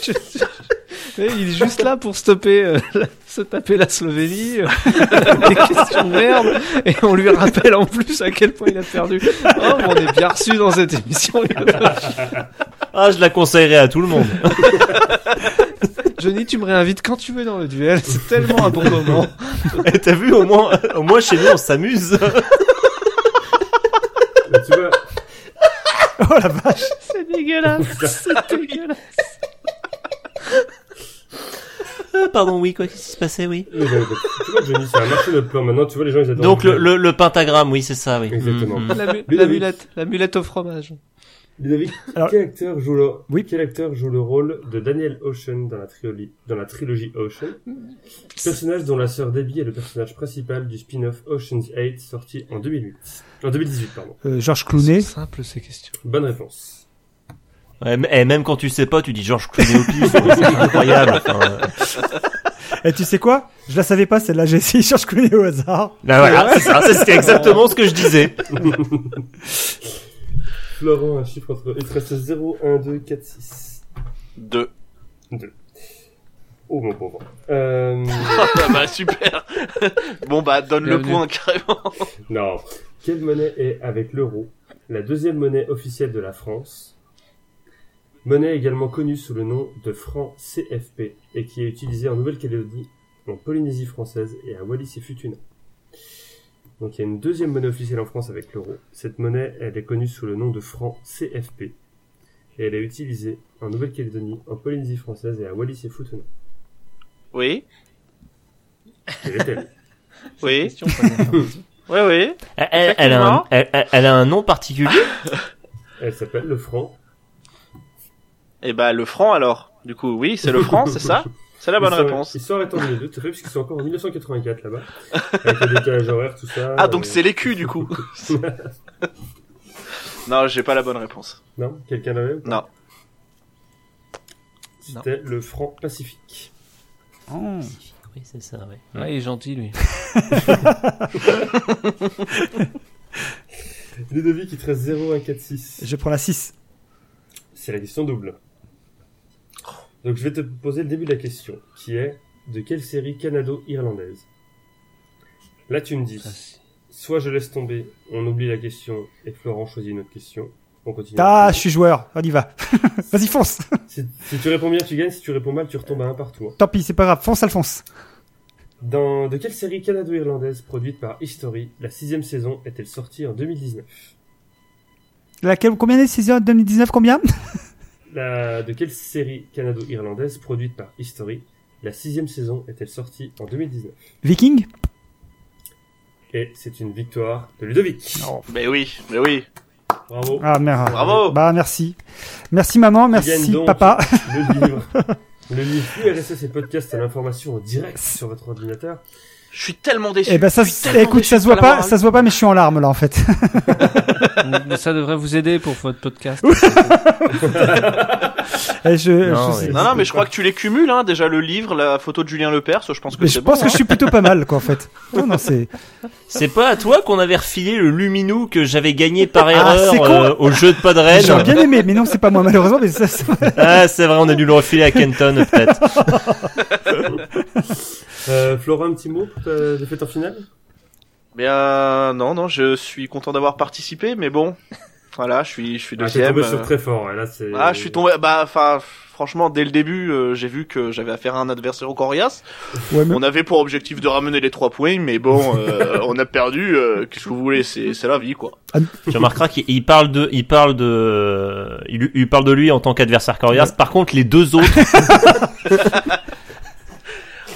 Je- je- Et il est juste là pour stopper, euh, la- se taper la Slovénie, euh, des questions de merde, et on lui rappelle en plus à quel point il a perdu. Oh, mais on est bien reçu dans cette émission.
Ah, je la conseillerais à tout le monde.
Johnny, tu me réinvites quand tu veux dans le duel, c'est tellement un bon moment.
Et Eh, T'as vu, au moins, au moins chez nous, on s'amuse.
Mais tu vois,
Oh la vache.
C'est dégueulasse, Ah c'est dégueulasse.
Pardon, oui, quoi, qu'est-ce qui se passait, oui.
mais bon, tu vois, Johnny, ça a marché notre plan. Maintenant, tu vois, les gens, ils adorent.
Donc, le, le, le pentagramme, oui, c'est ça, oui.
euh, Exactement.
Mm, mm.
La, mu-
Ludovic.
la mulette, la mulette au fromage.
Ludovic,
Alors-
quel, acteur joue le...
Oui.
quel acteur joue le rôle de Daniel Ocean dans la, trioli- dans la trilogie Ocean Personnage dont la sœur Debbie est le personnage principal du spin-off Ocean's 8 sorti en 2008. En 2018, pardon.
Euh, Georges Clooney.
simple ces questions.
Bonne réponse.
Ouais, mais- eh, même quand tu sais pas, tu dis Georges Clooney au pif. hein, c'est incroyable. Enfin, euh,
Et Eh, tu sais quoi Je la savais pas celle-là. J'ai essayé Georges Clooney au hasard.
bah voilà, c'est ça, c'est- c'était exactement ce que je disais.
Florent, un chiffre entre... Il te reste 0, 1, 2, 4, 6.
2.
Oh mon pauvre. Euh...
bah super. bon bah donne le
Bienvenue.
point carrément.
non. Quelle monnaie est, avec l'euro, la deuxième monnaie officielle de la France Monnaie également connue sous le nom de franc CFP et qui est utilisée en Nouvelle-Calédonie, en Polynésie française et à Wallis et Futuna. Donc il y a une deuxième monnaie officielle en France avec l'euro. Cette monnaie, elle est connue sous le nom de franc CFP et elle est utilisée en Nouvelle-Calédonie, en Polynésie française et à Wallis et Futuna.
Oui.
Quelle est-elle
Oui.
Question, pas bien.
Oui oui.
Elle, elle- elle a un, elle, elle- elle a un nom particulier
Elle s'appelle le franc.
Et bah le franc alors. Du coup oui c'est le franc c'est ça. C'est la bonne
Histoire-
réponse.
Histoire étant les deux, tout à fait, puisqu'ils sont encore en 1984 là-bas. avec le décalage horaire, tout ça.
Ah donc
euh,
c'est les culs du coup. non j'ai pas la bonne réponse.
Non Quelqu'un l'avait ou pas
Non.
C'était le franc pacifique.
Oh.
Oui, c'est ça, oui.
Ouais, il est gentil lui.
Ludovic, il te reste 0, 1, 4, 6.
Je prends la 6.
C'est la question double. Donc je vais te poser le début de la question, qui est de quelle série canado-irlandaise Là tu me dis, soit je laisse tomber, on oublie la question, et Florent choisit une autre question. On continue.
Ah, je suis joueur. On y va. Vas-y, fonce.
Si, si tu réponds bien, tu gagnes. Si tu réponds mal, tu retombes à un partout. hein.
Tant pis, c'est pas grave. Fonce, Alphonse.
Dans de quelle série canado-irlandaise produite par History, la sixième saison est-elle sortie en 2019
Laquelle, combien de saison 2019 Combien
La- De quelle série canado-irlandaise produite par History, la sixième saison est-elle sortie en 2019
Viking
Et c'est une victoire de Ludovic.
Mais oui mais oui.
Bravo.
Ah merde.
Bravo.
Bah merci. Merci maman, Ah, merci
gagne donc.
papa.
Le livre. Le livre RSS et podcast à l'information en direct sur votre ordinateur.
Je suis tellement déçu.
Et ben ça,
Je suis
se-
tellement
écoute,
déçu
ça se
de
voit
l'avoir
pas,
eu.
ça se voit pas, mais je suis en larmes là en fait.
Mais ça devrait vous aider pour votre podcast.
Et Eh, je,
Non,
je,
mais-
Non non mais je crois que tu les cumules hein déjà le livre la photo de Julien Lepers je pense que
mais je
c'est bon.
pense que je suis plutôt pas mal quoi en fait. Non, non, c'est
C'est pas à toi qu'on avait refilé le Luminou que j'avais gagné par
c'est
erreur
con.
euh, au jeu de pas
Eh,
de Rennes
j'aurais bien aimé, mais non, c'est pas moi malheureusement, mais ça, ça-
Ah, c'est vrai, on a dû le refiler à Kenton, peut-être.
Euh, Florent, un petit mot pour ta défaite en finale
Bien non non je suis content d'avoir participé mais bon voilà je suis je suis
Ah, t'es
deuxième.
tombé sur
euh,
très fort. et là, c'est-
Ah, je suis tombé. Bah, enfin, franchement, dès le début, euh, j'ai vu que j'avais affaire à un adversaire au coriace.
Ouais,
Mm.
mais-
On avait pour objectif de ramener les trois points, mais bon, euh, on a perdu. euh, Qu'est-ce que vous voulez C'est c'est la vie, quoi.
Tu remarqueras qu'il il parle de, il parle de, il, il parle de lui en tant qu'adversaire coriace. Par contre, les deux autres,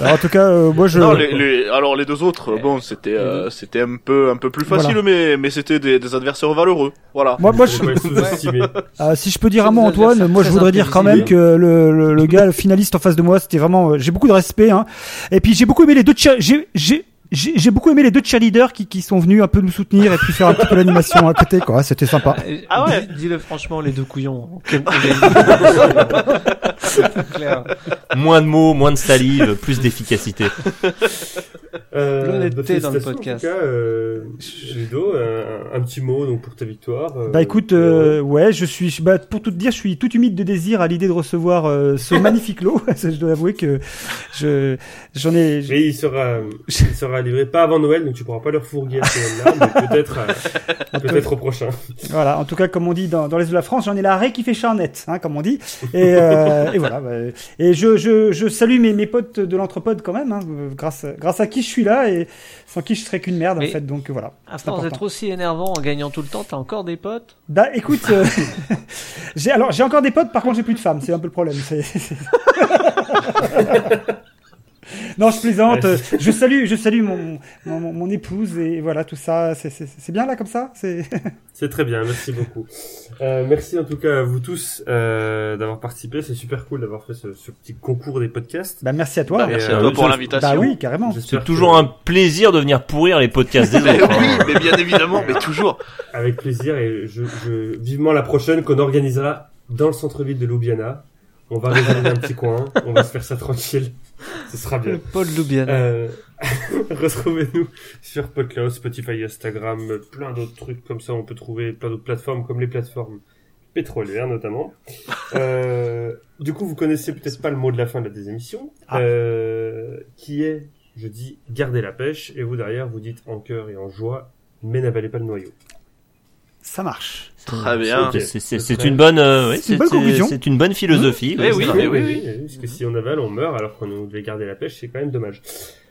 Alors, en tout cas, euh, moi je
Non, les, les- alors les deux
Eh.
autres, euh, bon, c'était
Mm.
euh, c'était un peu un peu plus facile, mais mais c'était des, des adversaires valeureux. Voilà.
moi, moi,
Faut pas
je,
être sous-estimé.
euh, si je peux dire un
C'est
mot,
des
Antoine,
adversaires
moi je
très
voudrais dire quand même que le, le, le gars, le finaliste en face de moi, c'était vraiment, euh, j'ai beaucoup de respect, hein. Et puis j'ai beaucoup aimé les deux, cheer- j'ai, j'ai, j'ai j'ai beaucoup aimé les deux cheerleaders qui, qui sont venus un peu nous soutenir et puis faire un petit peu l'animation à côté, quoi. C'était sympa.
Ah ouais.
Dis- Dis-le franchement, les deux couillons. Quel- C'est clair.
moins de mots, moins de salive, plus d'efficacité.
Euh,
L'honnêteté
bah,
dans le
félicitations,
podcast.
En tout cas, euh, Ludo, un, un petit mot donc pour ta victoire. euh,
Bah écoute, euh, ouais, je suis, bah, pour tout te dire, je suis tout humide de désir à l'idée de recevoir euh, ce magnifique lot. je dois avouer que je, j'en ai. je-
Mais il sera, il sera livré pas avant Noël, donc tu pourras pas leur fourguer à ce moment-là, mais peut-être, euh, peut-être au prochain.
Voilà, en tout cas, comme on dit dans, dans l'Est de la France, j'en ai la raie qui fait charnette, hein, comme on dit. Et, euh, et voilà. bah, Et je, je, je salue mes, mes potes de l'entrepode quand même, hein, euh, grâce, à- grâce à qui je suis là et sans qui je serais qu'une merde,
Mais-
en fait. Donc euh, voilà.
À
C'est
force
important.
d'être aussi énervant en gagnant tout le temps, t'as encore des potes
Bah écoute, euh, j'ai, alors j'ai encore des potes, par contre j'ai plus de femmes, c'est un peu le problème. c'est- c'est- non, je plaisante. euh, Je salue, je salue mon, mon, mon- mon épouse et voilà tout ça. C'est, c'est, c'est bien là comme ça. C'est...
C'est très bien, merci beaucoup. Euh, merci en tout cas à vous tous euh, d'avoir participé, c'est super cool d'avoir fait ce, ce petit concours des podcasts.
Bah merci à toi.
Bah,
mais,
merci
euh,
à toi
oui,
pour
ça-
l'invitation.
Bah oui, carrément.
J'espère
C'est toujours
que-
un plaisir de venir pourrir les podcasts des
Mais
autres.
Eh oui,
hein.
mais bien évidemment, mais toujours.
avec plaisir et je, je vivement la prochaine qu'on organisera dans le centre-ville de Ljubljana. On va réserver un petit coin, on va se faire ça tranquille. Ce sera bien.
Le Paul Loubiana.
Euh, Retrouvez-nous sur Podcloud, Spotify, Instagram, plein d'autres trucs comme ça. On peut trouver plein d'autres plateformes, comme les plateformes pétrolières notamment. Euh, du coup, vous connaissez peut-être pas le mot de la fin de la désémission, euh, qui est, je dis, gardez la pêche, et vous derrière, vous dites en cœur et en joie, mais n'avalez pas le noyau.
Ça marche.
Très bien.
Ok.
C'est- C'est
C'est
c'est
très-
une bonne, euh, oui,
C'est
c'est
une bonne conclusion.
c'est une bonne philosophie.
Eh
Ah,
oui,
ça.
eh oui.
Parce que si on avale, on meurt, alors qu'on devait garder la pêche, c'est quand même dommage.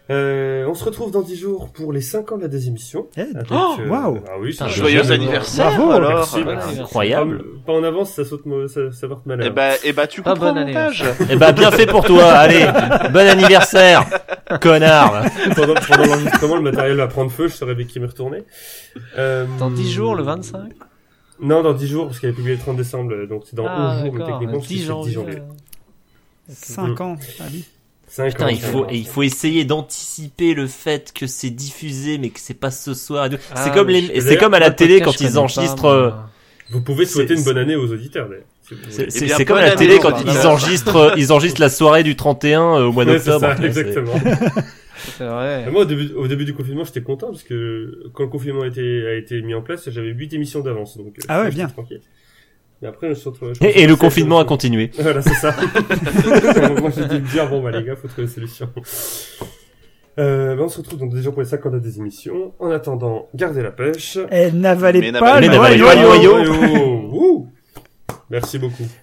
Euh, on se retrouve dans 10 jours pour les 5 ans de la désémission.
Eh,
Avec,
Oh,
euh,
waouh. Oh,
ah oui, c'est
Putain,
un
Joyeux
jamais-
anniversaire
Bravo,
alors.
merci,
Voilà.
merci.
Incroyable.
Pas, pas en avance, ça saute, mo- ça, ça porte malheur.
Eh ben, eh ben, tu
Pas
comprends
Ah, bonne année. hein.
l'âge.
Eh ben bien fait pour toi. Allez, bon anniversaire, connard.
pendant pendant l'enregistrement, le matériel va prendre feu, je saurais bien qui me retourner. Euh,
Dans 10 jours, le 25
Non, dans 10 jours, parce qu'elle est publiée le 30 décembre, donc c'est dans 11 jours, mais
Ah, d'accord,
techniquement, c'est
10 janvier. euh,
Cinq ans. Ah oui.
5
Putain, il faut, et il faut essayer d'anticiper le fait que c'est diffusé, mais que c'est pas ce soir.
Ah,
c'est comme
mais
les,
je-
et c'est comme à la
Podcast,
télé
je
quand
connais
ils
pas,
enregistrent.
moi.
euh,
Vous pouvez souhaiter
C'est-
une bonne année aux auditeurs, d'ailleurs. si vous voulez.
c'est- C'est
bien,
c'est comme à
bonne
la télé
année,
quand
Bah,
pardon.
ils enregistrent, euh, ils enregistrent la soirée du 31 euh, au mois
Ouais, c'est
d'octobre.
ça,
Ouais, c'est-
exactement.
C'est vrai.
Moi, au début, au début du confinement, j'étais content parce que quand le confinement a été, a été mis en place, j'avais 8 émissions d'avance. Donc, euh,
Ah ouais,
j'étais
bien.
Tranquille. Mais après, je me suis retrouvé- je me suis
Et, et le
retrouvé
confinement
seul,
a continué.
euh, Voilà, c'est ça. Moi, j'ai dit bien, bon, bah, les gars, faut trouver une solution. Euh, bah, on se retrouve donc déjà pour les 50 des émissions. En attendant, gardez la pêche.
Eh, n'avalez
Mais
pas
n'avalez
le
pas le
noyau.
noyau.
Noyau. Wouh. Merci beaucoup.